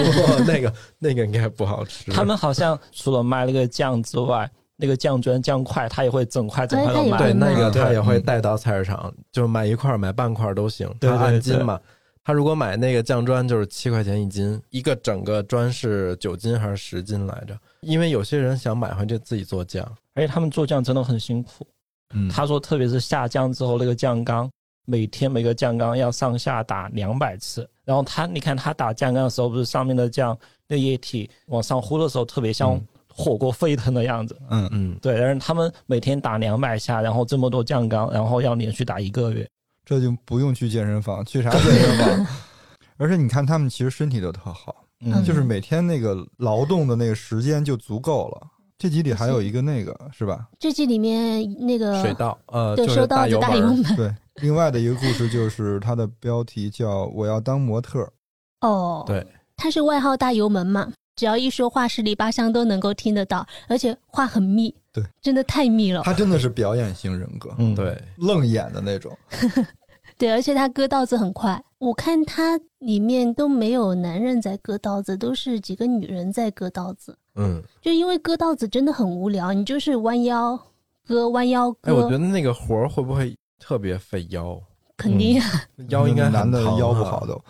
S1: 那个那个应该不好吃。
S4: 他们好像除了卖那个酱之外，那个酱砖、酱块，他也会整块整块
S2: 哎
S4: 的
S2: 它也
S4: 卖。
S1: 对，
S2: 会
S1: 那
S2: 卖
S1: 个他
S5: 嗯对
S1: 也会带到菜市场，就买一块儿买半块儿都行，
S4: 对
S1: 他
S4: 对
S1: 按
S4: 对
S1: 斤嘛。他如果买那个酱砖，就是七块钱一斤，一个整个砖是九斤还是十斤来着？因为有些人想买回去自己做酱，
S4: 而且他们做酱真的很辛苦。
S5: 嗯
S4: 他说，特别是下降之后，那个酱缸每天每个酱缸要上下打两百次。然后他，你看他打酱缸的时候，不是上面的酱那液体往上呼的时候，特别像
S1: 嗯
S4: 火锅沸腾的样子。
S5: 嗯，
S1: 嗯，
S4: 对，但是他们每天打两百下，然后这么多酱缸，然后要连续打一个月。
S5: 这就不用去健身房，去啥健身房？ 而且你看他们其实身体都特好，
S4: 嗯
S5: 就是每天那个劳动的那个时间就足够了。这集里还有一个那个是吧？
S2: 这季里面那个
S1: 水稻，呃，
S2: 嗯对
S1: 就
S2: 收
S1: 是
S2: 到
S1: 大
S2: 子
S1: 油
S2: 大油
S1: 门儿，
S2: 门
S5: 对，另外的一个故事就是它的标题叫“我要当模特儿
S2: 哦，
S1: 对，
S2: 他是外号大油门嘛，只要一说话，十里八乡都能够听得到，而且话很密，
S5: 对，
S2: 真的太密”，了，
S5: 他真的是表演型人格，
S4: 嗯，，
S1: 对，
S5: 愣演的那种。
S2: 对，而且他割稻子很快，我看他里面都没有男人在割稻子，都是几个女人在割稻子，
S1: 嗯，
S2: 就因为割稻子真的很无聊，你就是弯腰割，弯腰
S1: 哎，我
S2: 割，
S1: 觉得那个活儿会不会特别费腰？
S2: 肯定
S1: 嗯
S2: 啊。
S1: 腰应该很
S5: 嗯男的
S1: 疼
S5: 腰不
S1: 啊
S5: 好都，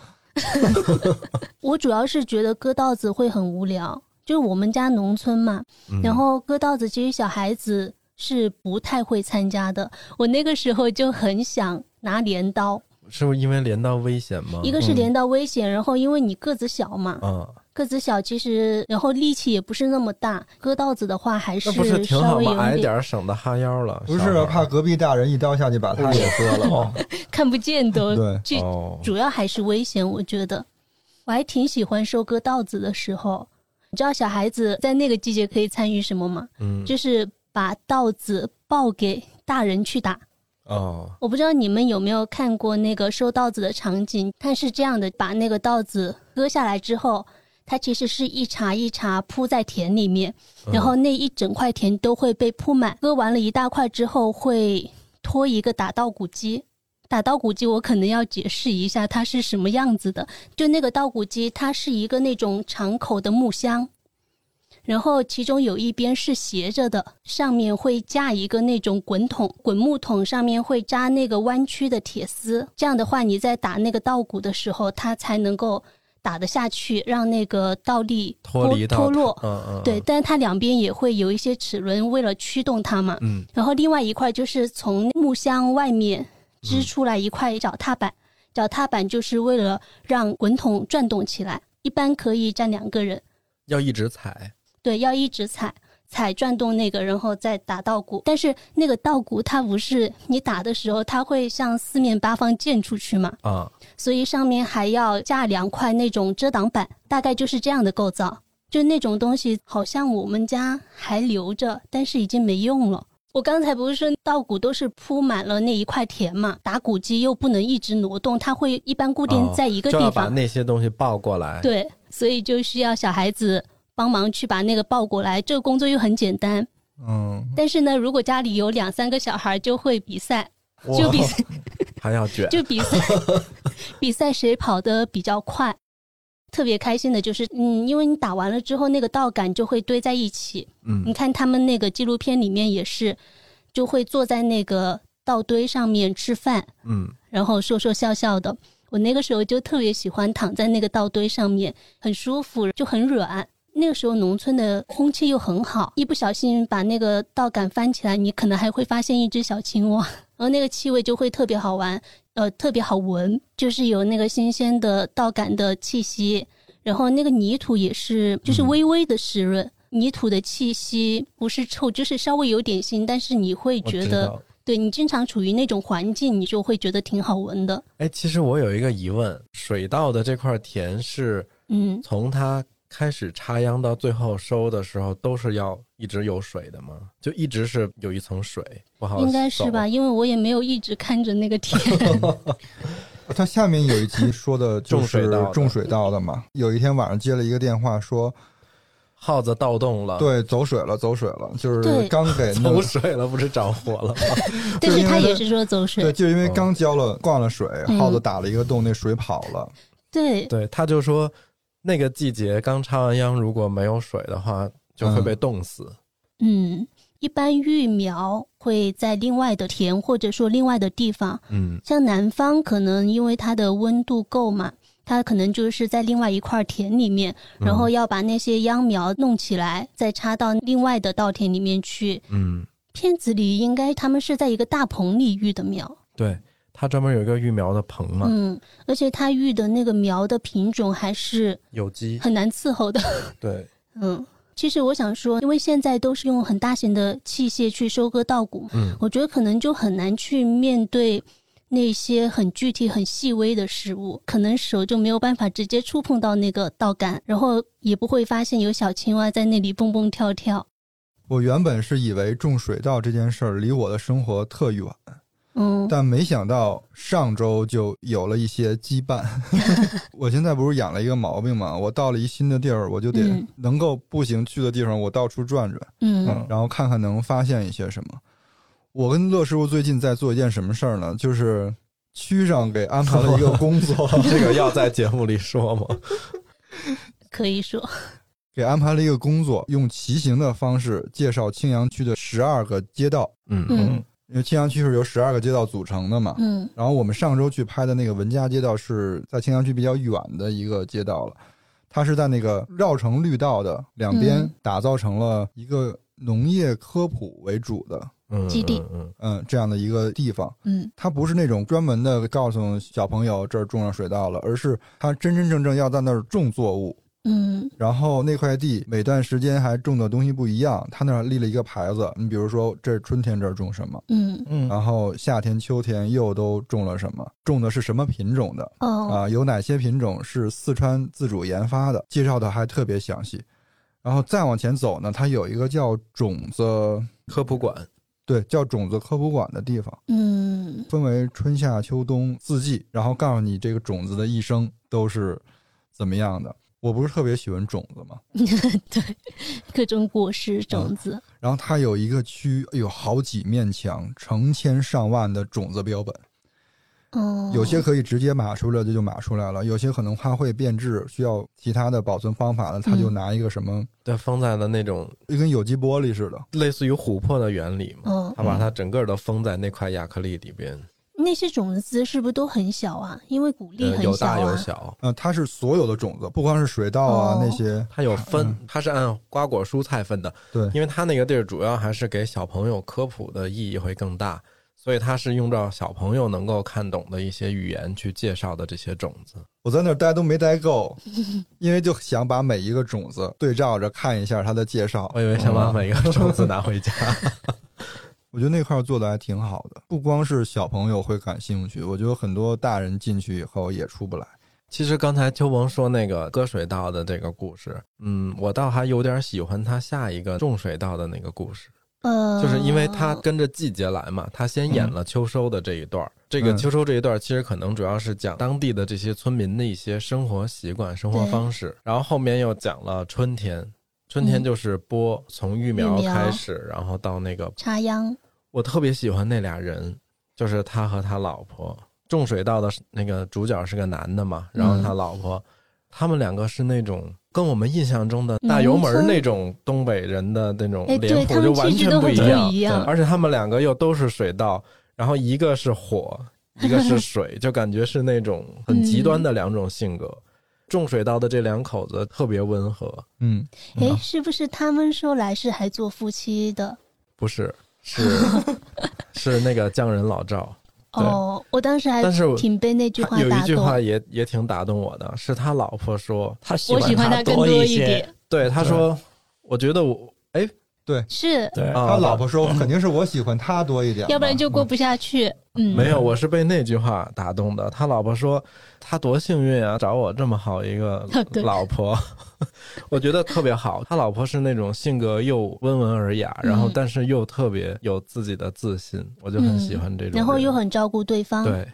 S2: 我主要是觉得割稻子会很无聊，就是我们家农村嘛，
S1: 嗯
S2: 然后割稻子，其实小孩子是不太会参加的。我那个时候就很想拿镰刀，
S1: 是不是因为镰刀危险吗？
S2: 一个是镰刀危险，然后因为你个子小嘛，
S1: 嗯，
S2: 个子小其实然后力气也不是那么大，割稻子的话还
S1: 那不是挺
S2: 稍
S1: 好
S2: 微有
S1: 吗？矮
S2: 一
S1: 点儿省得哈腰了。
S5: 不
S1: 小孩
S5: 是啊
S1: 儿嗯
S5: 怕隔壁大人一刀下去把他也割 了嗯吗？
S2: 看不见都，
S5: 对
S2: 这
S1: 哦，
S2: 主要还是危险，我觉得。我还挺喜欢收割稻子的时候，你知道小孩子在那个季节可以参与什么吗？
S1: 嗯
S2: 就是把稻子抱给大人去打。
S1: 哦，
S2: 我不知道你们有没有看过那个收稻子的场景，它是这样的：把那个稻子割下来之后，它其实是一茬一茬铺在田里面，
S1: 嗯
S2: 然后那一整块田都会被铺满。割完了一大块之后，会拖一个打稻谷机。打稻谷机，我可能要解释一下它是什么样子的。就那个稻谷机，它是一个那种敞口的木箱，然后其中有一边是斜着的，上面会架一个那种滚筒，滚木桶上面会扎那个弯曲的铁丝。这样的话，你在打那个稻谷的时候，它才能够打得下去，让那个稻粒
S1: 脱离到
S2: 脱落。
S1: 嗯嗯，
S2: 对，，但是它两边也会有一些齿轮，为了驱动它嘛。
S1: 嗯
S2: 然后另外一块就是从木箱外面支出来一块脚踏
S1: 嗯
S2: 板，脚踏板就是为了让滚筒转动起来，一般可以站两个人。
S1: 要一直踩，
S2: 对，要一直踩，踩转动那个，然后再打稻谷。但是那个稻谷它不是你打的时候，它会向四面八方溅出去嘛，
S1: 啊，
S2: 所以上面还要架两块那种遮挡板，大概就是这样的构造。就那种东西，好像我们家还留着，但是已经没用了。我刚才不是说稻谷都是铺满了那一块田嘛，打谷机又不能一直挪动，它会一般固定
S1: 哦
S2: 在一个
S1: 就
S2: 地
S1: 要把
S2: 方。
S1: 那些东西抱过来。，
S2: 对，所以就需要小孩子帮忙去把那个抱过来。这个工作又很简单，
S5: 嗯，
S2: 但是呢，如果家里有两三个小孩，就会比赛，就比赛
S1: 还要卷，
S2: 就比赛比赛谁跑得比较快。特别开心的就是，嗯，因为你打完了之后，那个稻杆就会堆在一起。你
S1: 嗯
S2: 看他们那个纪录片里面也是，就会坐在那个稻堆上面吃饭，
S1: 嗯，
S2: 然后说说笑笑的。我那个时候就特别喜欢躺在那个稻堆上面，很舒服，就很软。那个时候农村的空气又很好，一不小心把那个稻杆翻起来，你可能还会发现一只小青蛙，然后那个气味就会特别好玩，呃，特别好闻，就是有那个新鲜的稻杆的气息，然后那个泥土也是，就是微微的湿润，
S1: 嗯
S2: 泥土的气息不是臭，就是稍微有点腥，但是你会
S1: 我
S2: 觉
S1: 知
S2: 得
S1: 道
S2: 对你经常处于那种环境，你就会觉得挺好闻的。
S1: 哎，其实我有一个疑问，水稻的这块田是
S2: 嗯，
S1: 从它开始插秧到最后收的时候，都是要一直有水的吗？就一直是有一层水，不
S5: 哦
S1: 好
S2: 应该是吧，
S1: 走？
S2: 因为我也没有一直看着那个田。
S5: 他下面有一集说的就
S1: 种水
S5: 是
S1: 稻的
S5: 种水稻的嘛。有一天晚上接了一个电话说，
S1: 耗子盗洞了，，
S5: 对，走水了，走水了，就是
S2: 对
S5: 刚 给弄
S1: 走水了，不是着火了吗？
S2: 但是
S5: 因为
S2: 他也
S5: 它
S2: 是说走水
S5: 对，，就因为刚浇了灌了水，
S2: 嗯
S5: 耗子打了一个洞，那水跑了。
S2: 对
S1: 对，他就说那个季节刚插完秧，如果没有水的话，就会被冻死。
S2: 嗯，一般育苗会在另外的田或者说另外的地方，
S1: 嗯
S2: 像南方可能因为它的温度够嘛，它可能就是在另外一块田里面，
S5: 嗯
S2: 然后要把那些秧苗弄起来，再插到另外的稻田里面去。
S1: 嗯，
S2: 片子里应该他们是在一个大棚里育的苗。
S1: 对，他专门有一个育苗的棚嘛，
S2: 嗯，而且它育的那个苗的品种还是
S1: 有机。
S2: 很难伺候的。
S1: 对，
S2: 嗯，其实我想说，因为现在都是用很大型的器械去收割稻谷，
S1: 嗯
S2: 我觉得可能就很难去面对那些很具体、很细微的事物，可能手就没有办法直接触碰到那个稻杆，然后也不会发现有小青蛙在那里蹦蹦跳跳。
S5: 我原本是以为种水稻这件事儿离我的生活特远，
S2: 嗯，
S5: 但没想到上周就有了一些 羁绊。我现在不是养了一个毛病嘛，我到了一新的地儿，我就得
S2: 嗯
S5: 能够步行去的地方，我到处转转，
S2: 嗯
S5: 然后看看能发现一些什么。我跟乐师傅最近在做一件什么事儿呢？就是区上给安排了一个工作，
S1: 这个要在节目里说吗？
S2: 可以说，
S5: 给安排了一个工作，用骑行的方式介绍青羊区的十二个街道，
S1: 嗯
S2: 嗯
S5: 因为青羊区是由十二个街道组成的嘛。
S2: 嗯
S5: 然后我们上周去拍的那个文家街道是在青羊区比较远的一个街道了，它是在那个绕城绿道的两边
S2: 嗯
S5: 打造成了一个农业科普为主的，
S1: 嗯，
S2: 基地
S1: 嗯，
S5: 嗯，这样的一个地方。
S2: 嗯
S5: 它不是那种专门的告诉小朋友这儿种上水稻了，而是它真真正正要在那儿种作物，
S2: 嗯
S5: 然后那块地每段时间还种的东西不一样，它那儿立了一个牌子，你比如说这春天这儿种什么，
S2: 嗯
S4: 嗯，
S5: 然后夏天、秋天又都种了什么，种的是什么品种的
S2: 哦
S5: 啊，有哪些品种是四川自主研发的，介绍的还特别详细。然后再往前走呢，它有一个叫种子，
S1: 科普馆，
S5: 对，叫种子科普馆的地方，
S2: 嗯
S5: 分为春夏秋冬四季，然后告诉你这个种子的一生都是怎么样的。我不是特别喜欢种子嘛，
S2: 对，各种果实种子，
S5: 然后它有一个区有好几面墙，成千上万的种子标本，
S2: 哦，
S5: 有些可以直接码出来的就码出来了，有些可能它会变质，需要其他的保存方法了，它就
S2: 嗯
S5: 拿一个什么，
S1: 对，封在了那种
S5: 就跟有机玻璃似的。
S1: 类似于琥珀的原理嘛，
S2: 哦，
S1: 他把它整个都封在那块亚克力里边，
S2: 那些种子是不是都很小啊？因为谷粒
S1: 呃，
S2: 很
S1: 有
S2: 小啊，
S1: 大有小。
S5: 呃，它是所有的种子，不光是水稻啊、
S2: 哦
S5: 那些，
S1: 它有分，
S2: 嗯
S1: 它是按瓜果蔬菜分的，
S5: 对
S1: 因为它那个地儿主要还是给小朋友科普的意义会更大，所以它是用到小朋友能够看懂的一些语言去介绍的这些种子。
S5: 我在那儿待都没待够，因为就想把每一个种子对照着看一下它的介绍。
S1: 我以为想把
S2: 哦
S5: 嗯
S1: 每个种子拿回家，
S5: 我觉得那块儿做的还挺好的，不光是小朋友会感兴趣，我觉得很多大人进去以后也出不来。
S1: 其实刚才秋鹏说那个割水稻的这个故事，嗯，我倒还有点喜欢他下一个种水稻的那个故事，
S2: 呃，
S1: 就是因为他跟着季节来嘛，他先演了秋收的这一段儿。这个
S5: 嗯
S1: 秋收这一段，其实可能主要是讲当地的这些村民的一些生活习惯、生活方式，然后后面又讲了春天。春天
S2: 嗯
S1: 就是播，从育苗
S2: 育苗
S1: 开始，然后到那个，
S2: 插秧，
S1: 我特别喜欢那俩人，就是他和他老婆。种水稻的是那个主角是个男的嘛，然后
S2: 嗯
S1: 他老婆，他们两个是那种跟我们印象中的大油门
S2: 农村
S1: 那种东北人的那种
S2: 哎，对
S1: 脸
S2: 他
S1: 谱就
S2: 们
S1: 完
S2: 气质
S1: 全
S2: 都
S1: 不
S2: 很
S1: 一
S2: 不
S1: 样。
S2: 一样，
S1: 而且他们两个又都是水稻，然后一个是火，一个是 水，就感觉是那种很
S2: 嗯
S1: 极端的两种性格。种水稻的这两口子特别温和，
S5: 嗯，
S2: 哎，是不是他们说来世还做夫妻的？
S1: 不是 是是那个匠人老赵，对
S2: 哦，我当时还
S1: 但是我
S2: 挺被那句话
S1: 有一
S2: 打
S1: 句
S2: 动。
S1: 话也也挺打动我的，是他老婆说，
S4: 他喜
S2: 我喜欢
S4: 他
S2: 更
S4: 多
S2: 一
S4: 些，
S2: 点，
S1: 对他说，我觉得我哎
S2: 是，
S4: 对，
S1: 啊
S5: 哎他老婆说肯定是我喜欢他多一点嘛，
S2: 嗯要不然就过不下去。嗯，
S1: 没有，我是被那句话打动的。他老婆说他多幸运啊，找我这么好一个
S2: 对
S1: 老婆， 我觉得特别好。他老婆是那种性格又温文尔雅，
S2: 嗯嗯
S1: 然后但是又特别有自己的自信，我就很喜欢这种人。
S2: 然后又很照顾对方。
S1: 对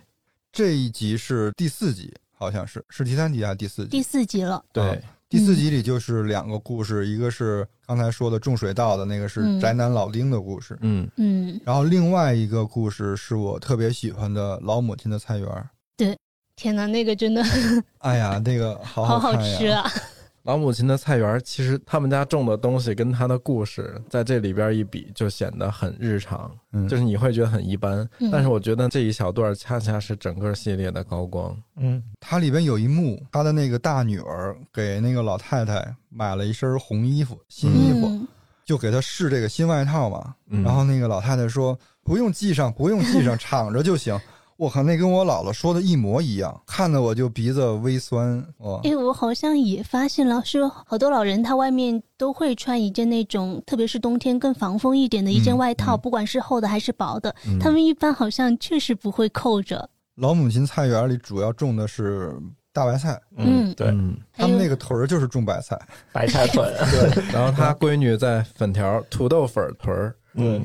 S5: 这一集是第四集，好像是是第三集还是第四
S2: 第
S5: 集？
S2: 四集啊了，
S1: 对、
S5: 嗯第四集里就是两个故事，一个是刚才说的种水稻的那个
S2: 嗯
S5: 是宅男老丁的故事，
S1: 嗯，
S2: 嗯，
S5: 然后另外一个故事是我特别喜欢的老母亲的菜园儿。
S2: 天哪，那个真的
S5: 哎呀，那个好
S2: 好好
S5: 看呀！
S2: 吃啊！
S1: 老母亲的菜园，其实他们家种的东西跟他的故事在这里边一比，就显得很日常，
S5: 嗯，
S1: 就是你会觉得很一般。
S2: 嗯
S1: 但是我觉得这一小段恰恰是整个系列的高光。
S4: 嗯，
S5: 它里边有一幕，他的那个大女儿给那个老太太买了一身红衣服，新衣服，
S2: 嗯，
S5: 就给她试这个新外套嘛。
S1: 嗯
S5: 然后那个老太太说：“不用系上，不用系上， 敞着就行。”我靠，那跟我姥姥说的一模一样，看得我就鼻子微酸。哦哇，
S2: 哎，我好像也发现了，是好多老人他外面都会穿一件那种，特别是冬天更防风一点的一件
S5: 嗯
S2: 外套，
S5: 嗯
S2: 不管是厚的还是薄的，
S1: 嗯
S2: 他们一般好像确实不会扣着。
S5: 老母亲菜园里主要种的是大白菜，
S2: 嗯
S4: 对，
S1: 嗯
S2: 还
S5: 他们
S2: 有
S5: 那个屯儿就是种白菜，
S4: 白菜粉，
S5: 对，
S1: 然后他闺女在粉条、土豆粉屯儿，
S4: 嗯，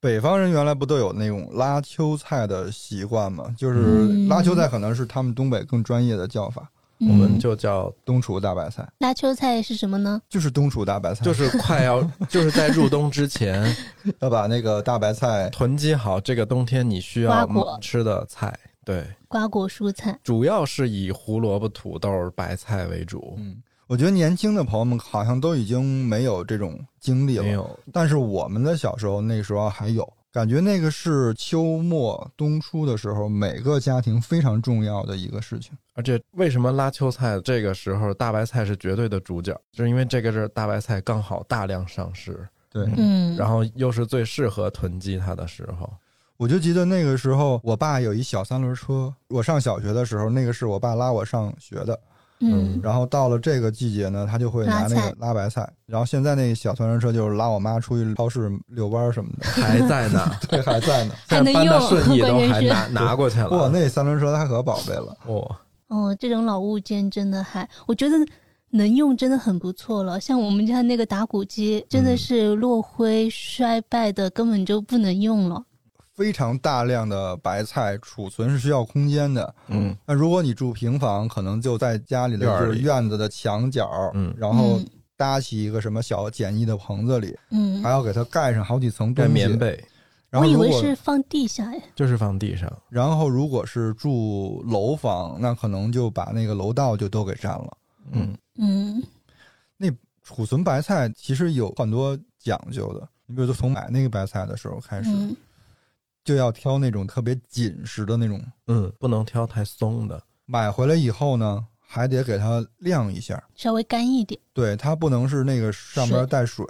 S5: 北方人原来不都有那种拉秋菜的习惯吗？就是
S2: 嗯
S5: 拉秋菜可能是他们东北更专业的叫法，
S1: 我们
S2: 嗯，
S1: 就叫
S5: 冬储大白菜
S2: 拉秋菜是什么呢？
S5: 就是冬储大白菜，
S1: 就是快 要就是在入冬之前
S5: 要把那个大白菜
S1: 囤积好这个冬天你需
S2: 瓜
S1: 要
S2: 果
S1: 吃的菜。对，
S2: 瓜果蔬菜，
S1: 主要是以胡萝卜、土豆、白菜为主。
S5: 嗯，我觉得年轻的朋友们好像都已经没有这种经历
S1: 没
S5: 了，
S1: 有，
S5: 但是我们的小时候那时候还有，感觉那个是秋末冬初的时候，每个家庭非常重要的一个事情。
S1: 而且为什么拉秋菜这个时候大白菜是绝对的主角？就是因为这个是大白菜刚好大量上市，
S5: 对，
S2: 嗯，
S1: 然后又是最适合囤积它的时候。
S5: 我就记得那个时候，我爸有一小三轮车，我上小学的时候，那个是我爸拉我上学的。
S2: 嗯，
S5: 然后到了这个季节呢，他就会拿
S2: 拉
S5: 那
S2: 菜
S5: 个拉白菜。然后现在那小三轮车就是拉我妈出去超市遛弯儿什么的，
S1: 还在 呢，
S5: 这还在呢。
S2: 还能
S1: 搬到
S2: 用
S1: 顺义都
S2: 关键
S1: 还
S2: 是
S1: 拿拿过去了。
S5: 哇，那三轮车它可宝贝了。
S1: 哦，
S2: 哦，这种老物件真的还，我觉得能用真的很不错了。像我们家那个打鼓机，真的
S1: 嗯
S2: 是落灰衰败的，根本就不能用了。
S5: 非常大量的白菜储存是需要空间的。
S1: 嗯
S5: 那如果你住平房，可能就在家里的
S1: 院儿
S5: 就是
S1: 里
S5: 院子的墙角，
S1: 嗯
S5: 然后搭起一个什么小简易的棚子里，
S2: 嗯，
S5: 还要给它盖上好几层东
S1: 盖
S5: 西。
S1: 棉。被
S5: 啊然
S2: 我
S5: 后
S2: 以
S5: 如
S2: 为
S5: 果
S2: 是放地下呀。
S1: 就是放地上，
S5: 然后如果是住楼房，那可能就把那个楼道就都给占了。
S1: 嗯，
S2: 嗯
S5: 储存白菜其实有很多讲究的，你比如说从买那个白菜的时候开始，
S2: 嗯
S5: 就要挑那种特别紧实的那种，
S1: 嗯，不能挑太松的，
S5: 买回来以后呢，还得给它晾一下。
S2: 稍微干一点。
S5: 对，它不能是那个上边带水，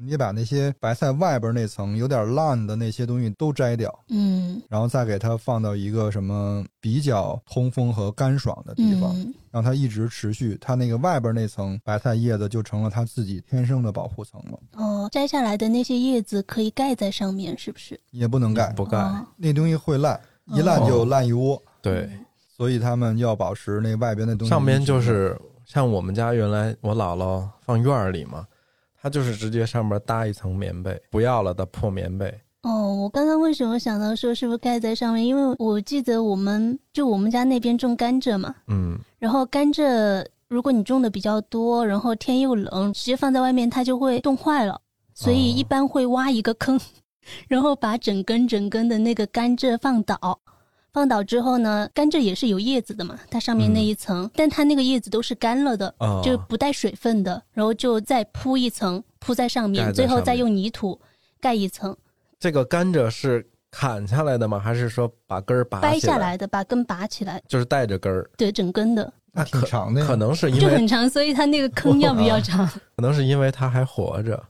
S5: 你得把那些白菜外边那层有点烂的那些东西都摘掉，
S2: 嗯
S5: 然后再给它放到一个什么比较通风和干爽的地方，
S2: 嗯
S5: 让它一直持续。它那个外边那层白菜叶子就成了它自己天生的保护层了，
S2: 哦，摘下来的那些叶子可以盖在上面，是不是？
S5: 也不能盖，
S1: 嗯不盖。
S2: 哦
S5: 那东西会烂，一烂就烂一窝，
S1: 对，
S5: 所以他们要保持那外边那东西。
S1: 上边就。是像我们家原来我姥姥放院儿里嘛，她就是直接上面搭一层棉被，不要了的破棉被。
S2: 哦，我刚刚为什么想到说是不是盖在上面？因为我记得我们就我们家那边种甘蔗嘛，
S1: 嗯，
S2: 然后甘蔗，如果你种的比较多，然后天又冷，直接放在外面它就会冻坏了，所以
S1: 哦
S2: 一般会挖一个坑， 然后把整根整根的那个甘蔗放倒。放倒之后呢，甘蔗也是有叶子的嘛，它上面那一层，但它那个叶子都是干了的，
S1: 哦
S2: 就不带水分的，然后就再铺一层，铺在上面，
S1: 盖在
S2: 最后
S1: 上
S2: 再
S1: 面
S2: 用泥土盖一层，
S1: 这个甘蔗是砍下来的吗？还是说把根儿拔
S2: 掰
S1: 起
S2: 下来的，把根拔起来，
S1: 就是带着根儿？
S2: 对，整根的
S5: 那挺长的呀，
S1: 可能是因
S2: 就
S1: 为
S2: 很长，所以它那个坑要比 较长。
S1: 可能是因为它还活着，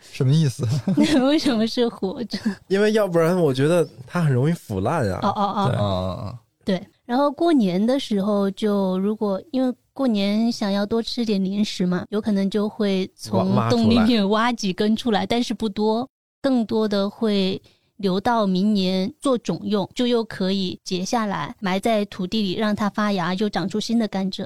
S5: 什么意思？
S2: 那 为什么是活着？
S1: 因为要不然我觉得它很容易腐烂
S2: 哦
S1: 啊。
S2: 哦哦，
S1: 对
S5: 啊，
S2: 对，然后过年的时候就如果因为过年想要多吃点零食嘛，有可能就会从
S1: 挖挖出
S2: 洞里
S1: 来
S2: 面挖几根出来，但是不多，更多的会留到明年做种用，就又可以结下来埋在土地里，让它发芽，又长出新的甘蔗，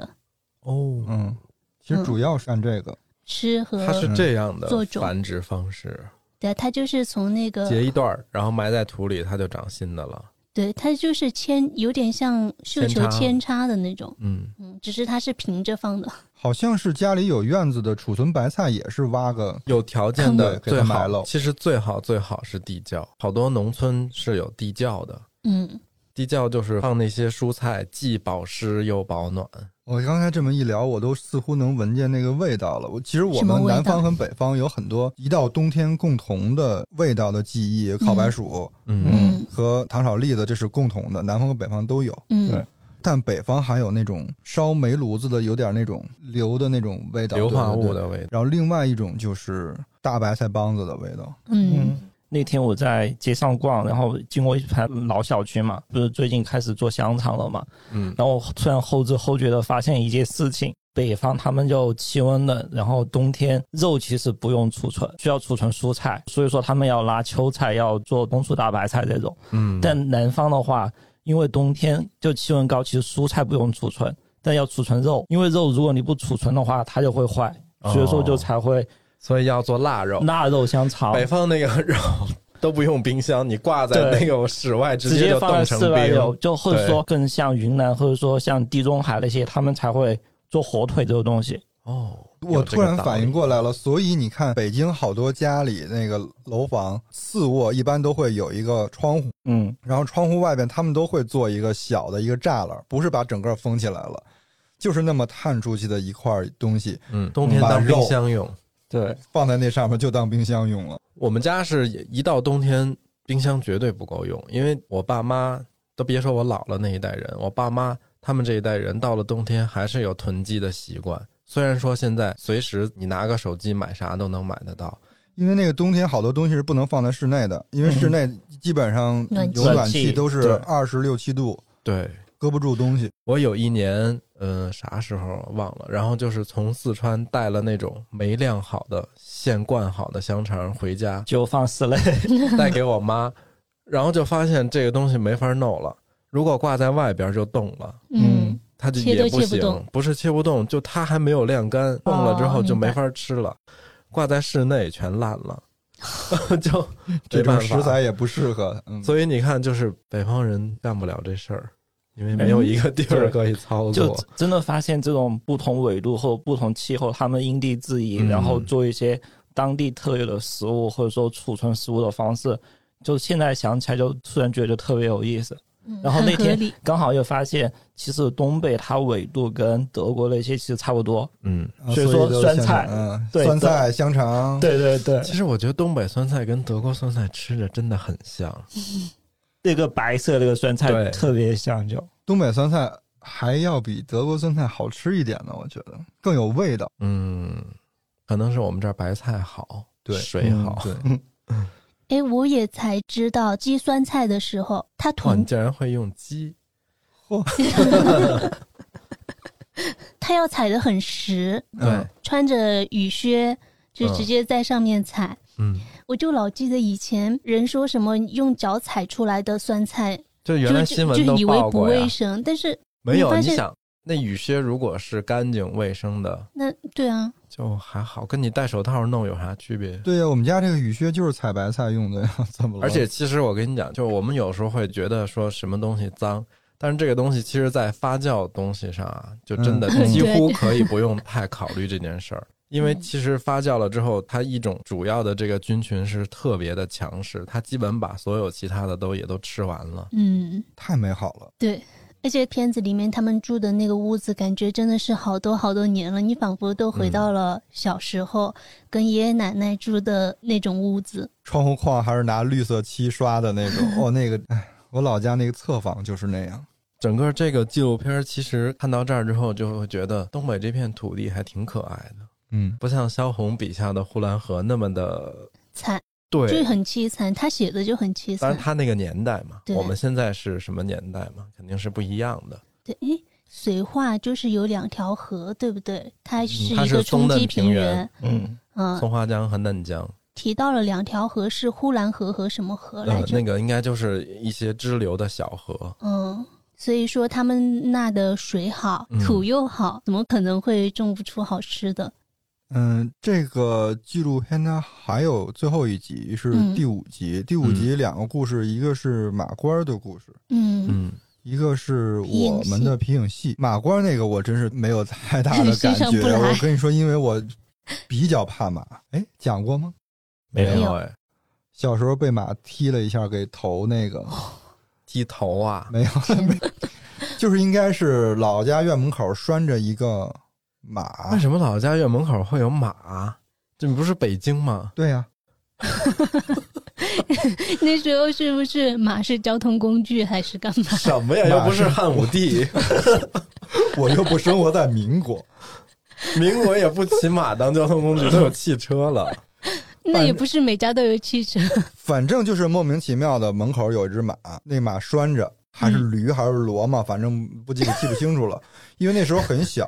S1: 哦，
S5: 嗯，其实主要是干这个，
S2: 吃和
S1: 它是这样的
S2: 做种
S1: 繁殖方式，
S2: 对，啊它就是从那
S4: 嗯
S2: 个
S1: 结一段儿，然后埋在土里，它就长新的了。
S2: 对，它就是牵，有点像绣球
S1: 扦插
S2: 扦插的那种，
S1: 嗯，
S2: 嗯，只是它是平着放的。
S5: 好像是家里有院子的储存白菜也是挖个，
S1: 有条件的
S5: 对给它
S1: 最
S5: 埋
S1: 好，
S5: 了
S1: 其实最好最好是地窖，好多农村是有地窖的。
S2: 嗯，
S1: 地窖就是放那些蔬菜，既保湿又保暖。
S5: 我刚才这么一聊，我都似乎能闻见那个味道了。我其实我
S2: 什么
S5: 们
S2: 味道
S5: 南方和北方有很多一到冬天共同的味道的记忆，烤白薯，
S1: 嗯，
S2: 嗯
S5: 和糖炒栗子这是共同的，南方和北方都有。
S2: 嗯
S5: 对，但北方还有那种烧煤炉子的，有点那种硫的那种味道，
S1: 硫化
S5: 对
S1: 物。
S5: 对对
S1: 的味道。
S5: 然后另外一种就是大白菜帮子的味道，
S2: 嗯，
S4: 那天我在街上逛，然后经过一盘老小区嘛，不是最近开始做香肠了嘛，
S1: 嗯，
S4: 然后突然后知后觉的发现一件事情，北方他们就气温冷，然后冬天肉其实不用储存，需要储存蔬菜，所以说他们要拉秋菜，要做冬储大白菜这种。
S1: 嗯
S4: 但南方的话，因为冬天就气温高，其实蔬菜不用储存，但要储存肉，因为肉如果你不储存的话，它就会坏，
S1: 哦
S4: 所以说就才会
S1: 所以要做腊肉。
S4: 腊肉香肠，
S1: 北方那个肉都不用冰箱，你挂在
S4: 对
S1: 那个室外，直
S4: 直
S1: 接
S4: 接
S1: 就
S4: 放在
S1: 冻成
S4: 室外有，
S1: 冰。
S5: 哦
S4: 就或者说更像云南，或者说像地中海那些，他们才会做火腿这个东西。
S1: 哦，
S5: 我
S1: 有这
S5: 突
S1: 个
S5: 然
S1: 道
S5: 反
S1: 理
S5: 应过来了，所以你看，北京好多家里那个楼房次卧一般都会有一个窗户，
S4: 嗯，
S5: 然后窗户外边他们都会做一个小的一个栅栏，不是把整个封起来了，就是那么探出去的一块东西
S1: 嗯，冬天当冰箱用。
S4: 对，
S5: 放在那上面就当冰箱用了。
S1: 我们家是一到冬天，冰箱绝对不够用，因为我爸妈都别说我老了那一代人，我爸妈他们这一代人到了冬天还是有囤积的习惯。虽然说现在随时你拿个手机买啥都能买得到，
S5: 因为那个冬天好多东西是不能放在室内的，因为室内基本上
S6: 暖气
S5: 有暖气都是
S4: 对，
S5: 二十六七度，
S1: 对
S5: 搁不住东西。
S1: 我有一年，嗯、啥时候忘了，然后就是从四川带了那种没晾好的、现灌好的香肠回家
S4: 就放室内。
S1: 带给我妈，然后就发现这个东西没法弄了，如果挂在外边就冻了。
S2: 嗯，
S1: 它就
S2: 切都
S1: 也不
S2: 切不
S1: 行，
S2: 动哦
S1: 是切不动，就它还没有晾干，冻了之后就没法吃了，挂在室内全烂 了，就
S5: 这
S1: 没办
S5: 种
S1: 法
S5: 食材也不适合，嗯，
S1: 所以你看，就是北方人干不了这事儿，因为没有一个地儿
S4: 对
S1: 可以操
S4: 就
S1: 作。
S4: 真的发现这种不同纬度或不同气候，他们因地制宜，
S1: 嗯
S4: 然后做一些当地特有的食物，或者说储存食物的方式。就现在想起来，就突然觉得特别有意思。然后那
S2: 很合
S4: 天
S2: 理。
S4: 刚好又发现，其实东北它纬度跟德国那些其实差不多。
S1: 嗯，
S5: 啊
S4: 所以
S5: 就
S4: 说
S5: 是
S4: 酸
S5: 现
S4: 菜
S5: 在嗯，
S4: 对
S5: 酸菜、香肠，
S4: 对对对
S1: 其实我觉得东北酸菜跟德国酸菜吃着真的很像，
S4: 那个白色那个酸
S1: 对
S4: 菜特别像就。
S5: 东北酸菜还要比德国酸菜好吃一点呢，我觉得更有味道。
S1: 嗯，可能是我们这儿白菜好，
S5: 对
S1: 水好，
S5: 嗯对
S2: 哎，我也才知道鸡酸菜的时候，它
S1: 哇，你
S2: 囤，
S1: 竟然会用鸡，
S2: 它要踩得很实，
S1: 对，
S5: 嗯
S2: 穿着雨靴就直接在上面踩。
S1: 嗯，
S2: 我就老记得以前人说什么用脚踩出来的酸菜，
S1: 就
S2: 就
S1: 原来
S2: 就
S1: 新闻
S2: 就
S1: 都
S2: 以为
S1: 报
S2: 不
S1: 过呀
S2: 卫，生，但是
S1: 没有，
S2: 你发
S1: 你
S2: 现
S1: 想那雨靴如果是干净卫生的，
S2: 那对啊，
S1: 就还好，跟你戴手套弄有啥区别？
S5: 对呀，我们家这个雨靴就是采白菜用的呀，怎么了？
S1: 而且其实我跟你讲，就是我们有时候会觉得说什么东西脏，但是这个东西其实在发酵东西上啊，就真的
S5: 嗯
S1: 几乎
S2: 对嗯
S1: 可以不用太考虑这件事儿。因为其实发酵了之后，它一种主要的这个菌群是特别的强势，它基本把所有其他的都也都吃完了。
S2: 嗯，
S5: 太美好了，
S2: 对。而且片子里面他们住的那个屋子，感觉真的是好多好多年了，你仿佛都回
S1: 嗯
S2: 到了小时候跟爷爷奶奶住的那种屋子。
S5: 窗户框还是拿绿色漆刷的那种，哦，那个，哎，我老家那个侧房就是那样。
S1: 整个这个纪录片儿，其实看到这儿之后，就会觉得东北这片土地还挺可爱的，
S5: 嗯，
S1: 不像萧红笔下的呼兰河那么的
S2: 惨，
S1: 对，
S2: 就很凄惨，他写的就很凄
S1: 当
S2: 惨
S1: 然，。他那个年代嘛，
S2: 对
S1: 我们现在是什么年代嘛，肯定是不一样的。
S2: 对，诶，绥化就是有两条河，对不对？它是
S1: 它
S2: 一
S1: 嗯是
S2: 个
S1: 松
S2: 冲
S1: 嫩
S2: 积
S1: 平
S2: 平
S1: 原
S2: 原。
S4: 嗯，
S2: 嗯，
S1: 松花江和嫩江，
S2: 提到了两条河是呼兰河和什么河来
S1: 呃，
S2: 着？
S1: 那个应该就是一些支流的小河。
S2: 嗯，所以说他们那的水好
S1: 嗯，
S2: 土又好，怎么可能会种不出好吃的？
S5: 嗯，这个纪录片它还有最后一集是
S2: 嗯
S5: 第五集，第五集两个故事，一个是马官儿的故事，
S2: 嗯，
S1: 嗯，
S5: 一个是我们的皮影戏。马官那个我真是没有太大的
S2: 欣
S5: 感
S2: 赏
S5: 觉，
S2: 不来
S5: 我跟你说，因为我比较怕马。哎，讲过吗？
S1: 没
S2: 有
S1: 有哎，
S5: 小时候被马踢了一下，给头那个
S1: 剃头啊，
S5: 没有， 就是应该是老家院门口拴着一个马
S1: 为。什么老家院门口会有马？啊这不是北京吗？
S5: 对呀、
S2: 那时候是不是马是交通工具还是干嘛？
S1: 什么呀
S5: 马
S1: 又不是汉武帝，
S5: 我又不生活在民国，
S1: 民国也不骑马当交通工具，都有汽车 了。
S2: 那也不是每家都有汽车。
S5: 反正就是莫名其妙的，门口有一只马，那马拴着，还是
S2: 嗯
S5: 驴还是骡嘛，反正不记得记不清楚 了，因为那时候很小，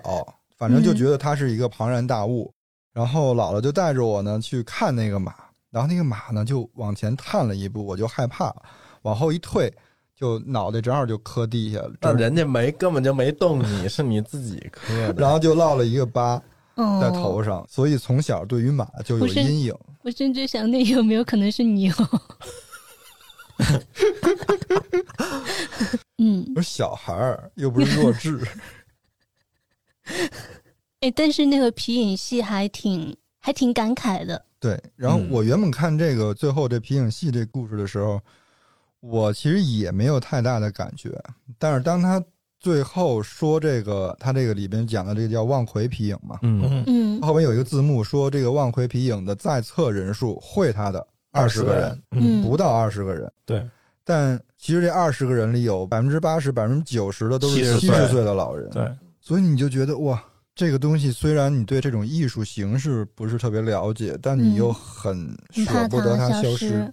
S5: 反正
S2: 嗯
S5: 就觉得它是一个庞然大物。然后姥姥就带着我呢去看那个马，然后那个马呢就往前探了一步，我就害怕了，往后一退，就脑袋正好就磕地下了，
S1: 但
S5: 正
S1: 人家没根本就没动你，是你自己磕的。
S5: 然后就落了一个疤
S2: 哦，
S5: 在头上，所以从小对于马就有
S2: 不是
S5: 阴影。
S2: 我甚至想，那有没有可能是哦牛？ 嗯，
S5: 而小孩儿又不是弱智，
S2: 哎，但是那个皮影戏还挺还挺感慨的，
S5: 对。然后
S1: 嗯
S5: 我原本看这个最后这皮影戏这故事的时候，我其实也没有太大的感觉，但是当他最后说这个，他这个里边讲的这个叫望奎皮影嘛，
S1: 嗯，
S4: 嗯，
S2: 嗯，
S5: 后面有一个字幕说这个望奎皮影的在册人数会他的二十个人，
S2: 嗯
S5: 不到二十个人。
S4: 对，
S5: 但其实这二十个人里有百分之八十、百分之九十的都是
S1: 70
S5: 七十岁的老人，
S4: 对，
S5: 所以你就觉得哇，这个东西虽然你对这种艺术形式不是特别了解，但你又很
S2: 嗯很
S5: 舍
S2: 怕
S5: 不得
S2: 它
S5: 消
S2: 消失。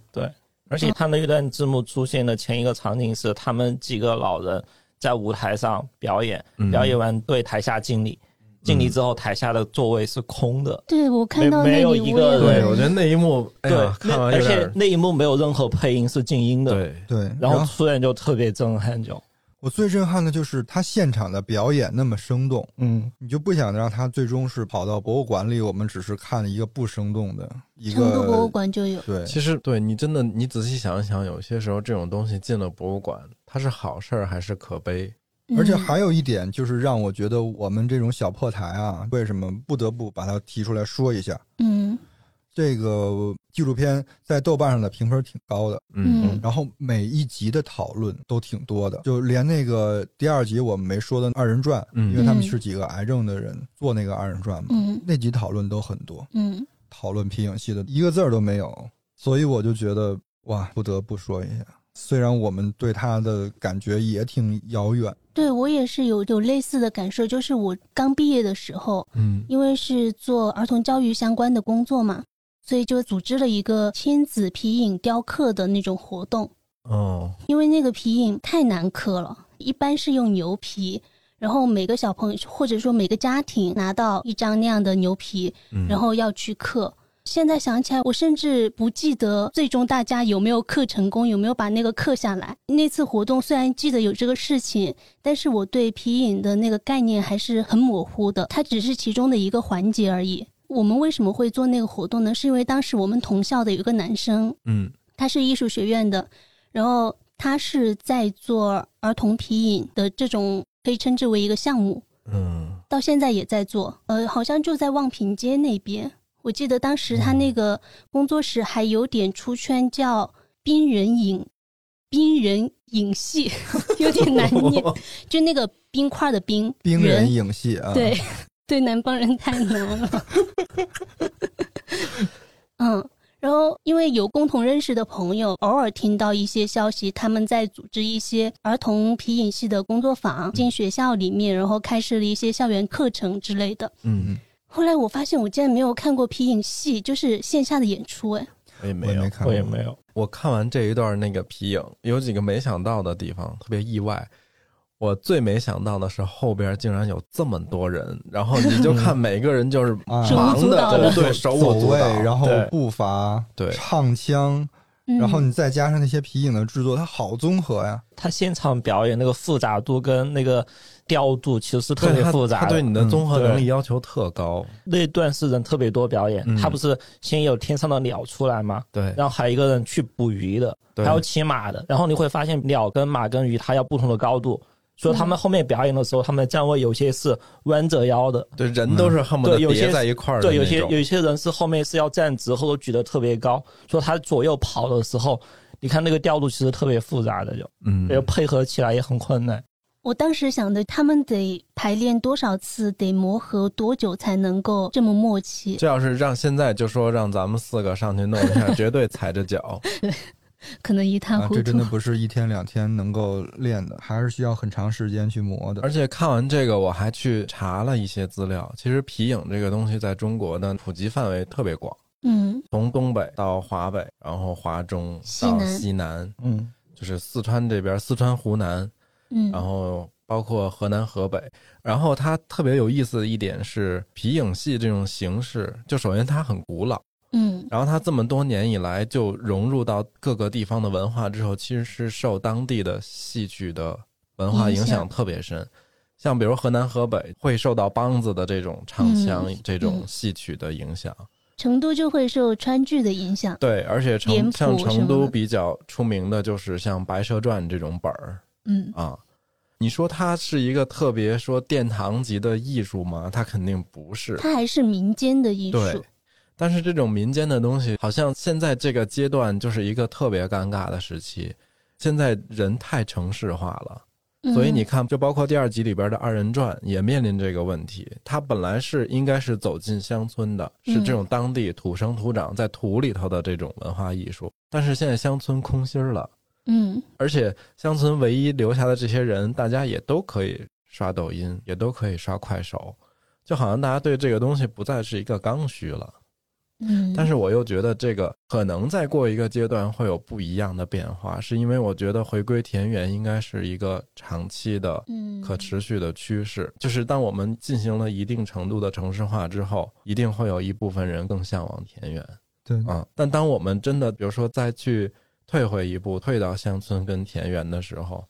S4: 而且他那段字幕出现的前一个场景是他们几个老人在舞台上表演，
S1: 嗯
S4: 表演完对台下敬礼，敬礼之后台下的座位是空的，
S2: 对，我看
S4: 没
S2: 到
S4: 没
S2: 那
S4: 有
S2: 里
S4: 一
S2: 我
S4: 个
S2: 也
S1: 对，
S4: 人
S1: 我觉得那一幕，哎
S4: 对
S1: 呀，，
S4: 那
S1: 看完有
S4: 而
S1: 点
S4: 且
S1: 儿
S4: 那一幕没有任何配音是静音的，
S1: 对，
S5: 对，
S4: 然后突然就特别震撼，就
S5: 我最震撼的就是他现场的表演那么生动，
S4: 嗯，
S5: 你就不想让他最终是跑到博物馆里，我们只是看了一个不生动的一
S2: 成都博物
S5: 个
S2: 馆就有，
S5: 对。
S1: 其实对你真的，你仔细想一想，有些时候这种东西进了博物馆，它是好事儿还是可悲？
S5: 而且
S2: 嗯
S5: 还有一点，就是让我觉得我们这种小破台啊，为什么不得不把它提出来说一下？
S2: 嗯
S5: 这个纪录片在豆瓣上的评分挺高的，
S2: 嗯
S5: 然后每一集的讨论都挺多的，就连那个第二集我们没说的二人转，
S1: 嗯
S5: 因为他们是几个癌症的人做那个二人转嘛，
S2: 嗯
S5: 那集讨论都很多，
S2: 嗯，
S5: 讨论皮影戏的一个字儿都没有，所以我就觉得哇，不得不说一下，虽然我们对他的感觉也挺遥远，
S2: 对我也是有有类似的感受，就是我刚毕业的时候，
S1: 嗯
S2: 因为是做儿童教育相关的工作嘛，所以就组织了一个亲子皮影雕刻的那种活动。
S1: 哦，
S2: 因为那个皮影太难刻了，一般是用牛皮，然后每个小朋友或者说每个家庭拿到一张那样的牛皮，
S1: 嗯
S2: 然后要去刻。现在想起来，我甚至不记得最终大家有没有刻成功，有没有把那个刻下来。那次活动虽然记得有这个事情，但是我对皮影的那个概念还是很模糊的，它只是其中的一个环节而已。我们为什么会做那个活动呢？是因为当时我们同校的有一个男生，
S1: 嗯
S2: 他是艺术学院的，然后他是在做儿童皮影的这种，可以称之为一个项目，
S1: 嗯
S2: 到现在也在做。呃，好像就在望平街那边，我记得当时他那个工作室还有点出圈，叫“冰人影”，冰人影戏， 有点难 念，就那个冰块的冰，
S5: 冰人影戏啊，
S2: 对， 对南方人太难了。 嗯，然后因为有共同认识的朋友，偶尔听到一些消息，他们在组织一些儿童皮影戏的工作坊，进学校里面，然后开设了一些校园课程之类的。
S1: 嗯，
S2: 后来我发现，我竟然没有看过皮影戏，就是线下的演出。
S1: 我
S2: 哎，
S1: 也
S5: 我
S1: 没
S5: 也
S1: 有
S5: 没。看
S4: 我
S5: 过，
S4: 也没有，
S1: 我看完这一段那个皮影，有几个没想到的地方，特别意外。我最没想到的是后边竟然有这么多人，然后你
S4: 嗯
S1: 就看每个人就是
S5: 啊
S2: 手舞
S1: 忙
S2: 足蹈
S1: 的，
S2: 的
S1: 对，手舞
S5: 走
S1: 足
S5: 位，
S1: 蹈，
S5: 然后
S4: 对
S5: 步伐、
S1: 对
S5: 唱腔，
S2: 嗯、
S5: 然后你再加上那些皮影的制作，它好综合呀。
S4: 他现场表演那个复杂度跟那个调度其实是特别
S1: 对他
S4: 复杂
S1: 他
S4: 的
S1: 对，你的综合
S4: 嗯对
S1: 能力要求特高，
S4: 那段是人特别多表演
S1: 嗯，
S4: 他不是先有天上的鸟出来吗？
S1: 对，
S4: 然后还有一个人去捕鱼的，
S1: 对
S4: 还有骑马的。然后你会发现鸟跟马跟鱼它要不同的高度，
S1: 嗯
S4: 所以他们后面表演的时候，他们的站位有些是弯着腰的，
S1: 对人
S4: 嗯
S1: 都是恨不得
S4: 对有些
S1: 叠在一块儿的
S4: 对，有
S1: 那
S4: 些
S1: 种，
S4: 有些人是后面是要站直，或者举得特别高，所以他左右跑的时候，你看那个调度其实特别复杂的，就
S1: 嗯，
S4: 就配合起来也很困难。
S2: 我当时想的，他们得排练多少次，得磨合多久才能够这么默契？
S1: 这要是让现在就说让咱们四个上去弄一下，绝对踩着脚。
S2: 可能一塌
S5: 啊，
S2: 糊
S5: 这
S2: 涂。
S5: 真的不是一天两天能够练的，还是需要很长时间去磨的。
S1: 而且看完这个，我还去查了一些资料。其实皮影这个东西在中国的普及范围特别广，
S2: 嗯
S1: 从东北到华北，然后华中
S2: 西
S1: 到
S2: 南
S1: 西南，
S4: 嗯，
S1: 就是四川这边，四川、湖南，
S5: 啊
S2: 嗯，
S1: 然后包括河南、河北。然后它特别有意思的一点是，皮影戏这种形式，就首先它很古老，
S2: 嗯
S1: 然后它这么多年以来就融入到各个地方的文化之后，其实是受当地的戏剧的文化影
S2: 影
S1: 响
S2: 响
S1: 特别深。像比如河南、河北会受到梆子的这种唱腔、
S2: 嗯
S1: 这种
S2: 嗯
S1: 戏曲的影响，
S2: 成都就会受川剧的影响，
S1: 对，而且成
S2: 脸谱
S1: 像
S2: 什
S1: 成
S2: 么
S1: 都
S2: 的
S1: 比较出名的就是像《白蛇传》这种本儿
S2: 嗯，
S1: 啊。你说它是一个特别说殿堂级的艺术吗？它肯定不是，
S2: 它还是民间的艺
S1: 对
S2: 术，，
S1: 但是这种民间的东西，好像现在这个阶段就是一个特别尴尬的时期。现在人太城市化了，
S2: 嗯
S1: 所以你看，就包括第二集里边的二人转也面临这个问题。它本来是应该是走进乡村的，是这种当地土生土长在土里头的这种文化艺术，但是现在乡村空心儿了，
S2: 嗯，
S1: 而且乡村唯一留下的这些人，大家也都可以刷抖音，也都可以刷快手，就好像大家对这个东西不再是一个刚需了。
S2: 嗯嗯，
S1: 但是我又觉得这个可能再过一个阶段会有不一样的变化，是因为我觉得回归田园应该是一个长期的、
S2: 嗯
S1: 可持续的趋势。就是当我们进行了一定程度的城市化之后，一定会有一部分人更向往田园
S2: 嗯
S5: 对，
S1: 啊。但当我们真的，比如说再去退回一步，退到乡村跟田园的时候，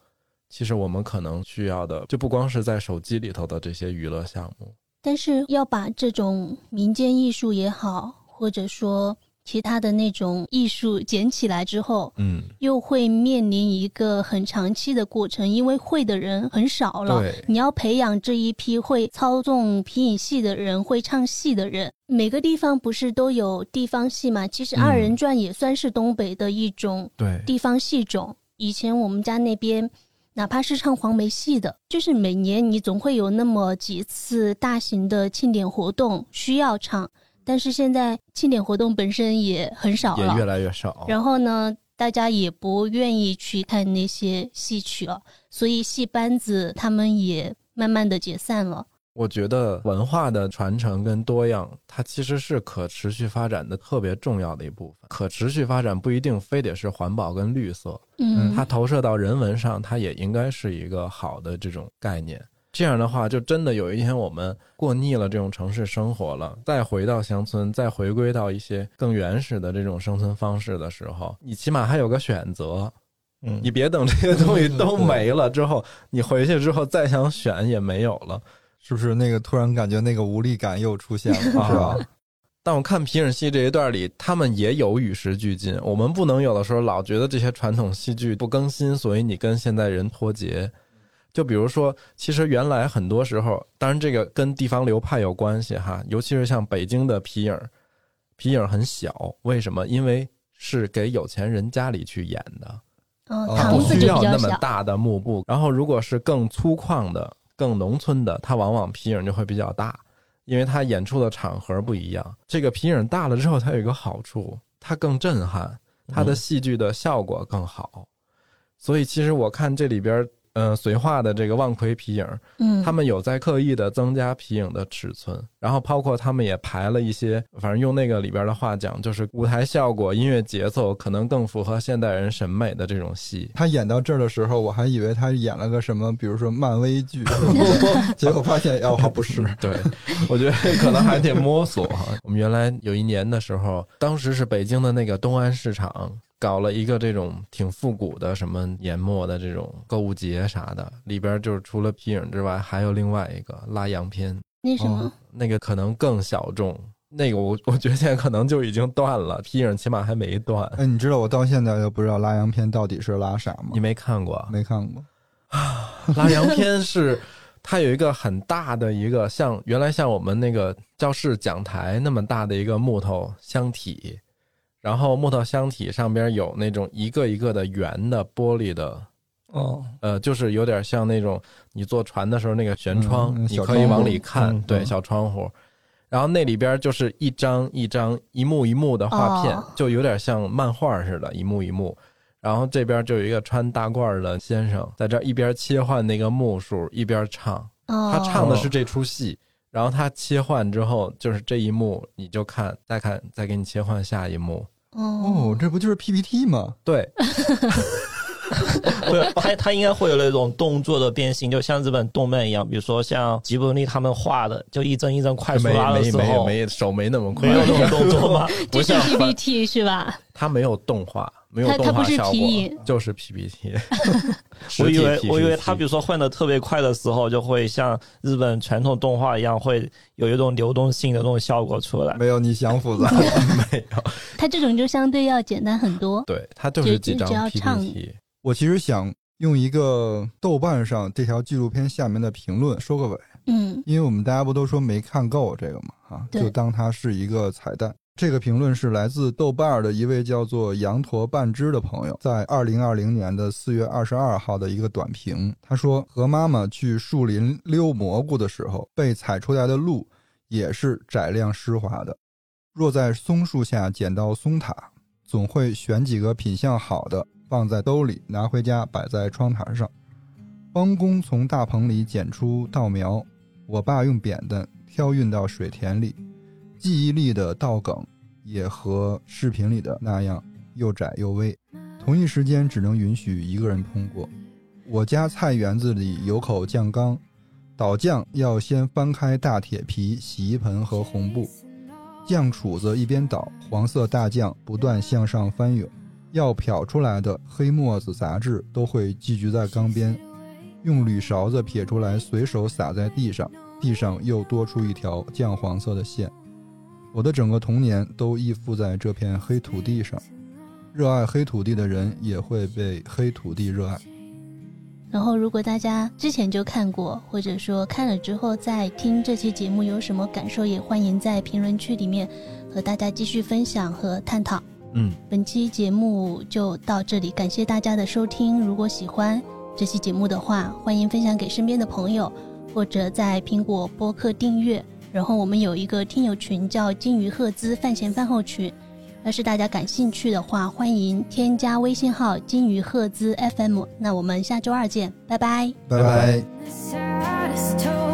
S1: 其实我们可能需要的就不光是在手机里头的这些娱乐项目，
S2: 但是要把这种民间艺术也好，或者说其他的那种艺术捡起来之后，
S1: 嗯，
S2: 又会面临一个很长期的过程，因为会的人很少了。
S1: 对。
S2: 你要培养这一批会操纵皮影戏的人，会唱戏的人。每个地方不是都有地方戏嘛？其实
S1: 嗯
S2: 二人转也算是东北的一种
S1: 对，
S2: 地方戏种。以前我们家那边，哪怕是唱黄梅戏的，就是每年你总会有那么几次大型的庆典活动需要唱，但是现在庆典活动本身也很少
S1: 也
S2: 了，
S1: 越来越少。
S2: 然后呢，大家也不愿意去看那些戏曲了，所以戏班子他们也慢慢的解散了。
S1: 我觉得文化的传承跟多样，它其实是可持续发展的特别重要的一部分。可持续发展不一定非得是环保跟绿色，
S2: 嗯，
S1: 它投射到人文上，它也应该是一个好的这种概念。这样的话，就真的有一天我们过腻了这种城市生活了，再回到乡村，再回归到一些更原始的这种生存方式的时候，你起码还有个选择，
S4: 嗯，
S1: 你别等这些东西都没了之后，你回去之后再想选也没有了。
S5: 是不是那个突然感觉那个无力感又出现了，
S1: 啊
S5: 是吧？
S1: 但我看皮影戏这一段里，他们也有与时俱进。我们不能有的时候老觉得这些传统戏剧不更新，所以你跟现代人脱节。就比如说，其实原来很多时候，当然这个跟地方流派有关系哈，尤其是像北京的皮影，皮影很小，为什么？因为是给有钱人家里去演的，
S2: 嗯，
S5: 哦
S1: 它
S2: 堂
S1: 不
S2: 子
S1: 需
S2: 就
S1: 要
S2: 比较
S1: 那么
S2: 小，
S1: 大的幕布。然后，如果是更粗犷的、更农村的，它往往皮影就会比较大，因为它演出的场合不一样。这个皮影大了之后，它有一个好处，它更震撼，它
S2: 嗯
S1: 的戏剧的效果更好。所以，其实我看这里边，呃，绥化的这个望奎皮影，
S2: 嗯，
S1: 他们有在刻意的增加皮影的尺寸，然后包括他们也排了一些，反正用那个里边的话讲，就是舞台效果、音乐节奏可能更符合现代人审美的这种戏。
S5: 他演到这儿的时候，我还以为他演了个什么，比如说漫威 剧，结果发现哦，还不是。
S1: 对，我觉得可能还得摸索哈。我们原来有一年的时候，当时是北京的那个东安市场搞了一个这种挺复古的什么年末的这种购物节啥的，里边就是除了皮影之外，还有另外一个拉洋片。
S2: 那什么，
S1: 那个可能更小众。那个我我觉得现在可能就已经断了，皮影起码还没断。
S5: 哎，你知道我到现在都不知道拉洋片到底是拉啥吗
S1: 你？没看过啊？
S5: 没看过。
S1: 拉洋片是它有一个很大的一个像原来像我们那个教室讲台那么大的一个木头箱体，然后木头箱体上边有那种一个一个的圆的玻璃的，
S4: 哦，
S1: 呃，就是有点像那种你坐船的时候那个舷窗，
S5: 嗯
S1: 你
S5: 小
S1: 可以
S5: 窗
S1: 往
S5: 户
S1: 里看，
S5: 嗯
S1: 对，
S5: 嗯
S1: 小窗户。然后那里边就是一张一张、一幕一幕的画片，
S2: 哦
S1: 就有点像漫画似的，一幕一幕。然后这边就有一个穿大褂儿的先生在这儿一边切换那个幕数，一边唱。
S2: 哦，
S1: 他唱的是这出戏，然后他切换之后就是这一幕，你就看，再看，再给你切换下一幕。
S2: 哦，
S5: 哦，这不就是 PPT 吗？
S1: 对，
S4: 不 是，它它应该会有那种动作的变形，就像日本动漫一样，比如说像吉卜力他们画的，就一帧一帧快速
S1: 没
S4: 拉的
S1: 没
S4: 时
S1: 没
S4: 候，
S1: 没手没那么快，
S4: 没有那种动 作吗？
S1: 不
S2: 这是
S1: 像翻
S2: PPT 是吧？
S1: 它没有动画，没有
S2: 它它
S1: 动画
S2: 不是
S1: 效
S2: PE
S1: 果，就是 PPT。实
S4: 我
S1: 体
S4: 以为
S1: PPT
S4: 我以为它比如说换的特别快的时候，就会像日本传统动画一样，会有一种流动性的那种效果出来。
S5: 没有你 想复杂。
S2: 它这种就相对要简单很多。
S1: 对，它就
S2: 就是是
S1: 几
S2: 只
S1: 张
S2: 要唱
S1: PPT。
S5: 我其实想用一个豆瓣上这条纪录片下面的评论收个尾，
S2: 嗯，
S5: 因为我们大家不都说没看够这个嘛，啊，
S2: 对
S5: 就当它是一个彩蛋。这个评论是来自豆瓣儿的一位叫做羊驼半只的朋友，在二零二零年的四月二十二号的一个短评。他说，和妈妈去树林溜蘑菇的时候，被踩出来的路也是窄亮湿滑的。若在松树下捡到松塔，总会选几个品相好的放在兜里，拿回家摆在窗台上。帮工从大棚里捡出稻苗，我爸用扁担挑运到水田里，记忆力的稻梗也和视频里的那样又窄又微，同一时间只能允许一个人通过。我家菜园子里有口酱缸，倒酱要先翻开大铁皮洗衣盆和红布，酱杵子一边倒，黄色大酱不断向上翻涌，要漂出来的黑沫子杂质都会积聚在缸边，用铝勺子撇出来，随手撒在地上，地上又多出一条酱黄色的线。我的整个童年都依附在这片黑土地上，热爱黑土地的人也会被黑土地热爱。
S2: 然后如果大家之前就看过，或者说看了之后再听这期节目有什么感受，也欢迎在评论区里面和大家继续分享和探讨。
S1: 嗯，
S2: 本期节目就到这里，感谢大家的收听。如果喜欢这期节目的话，欢迎分享给身边的朋友，或者在苹果播客订阅。然后我们有一个听友群叫“金鱼赫兹饭前饭后群”，要是大家感兴趣的话，欢迎添加微信号“金鱼赫兹 FM”。那我们下周二见，拜拜。
S5: 拜拜
S9: The saddest toy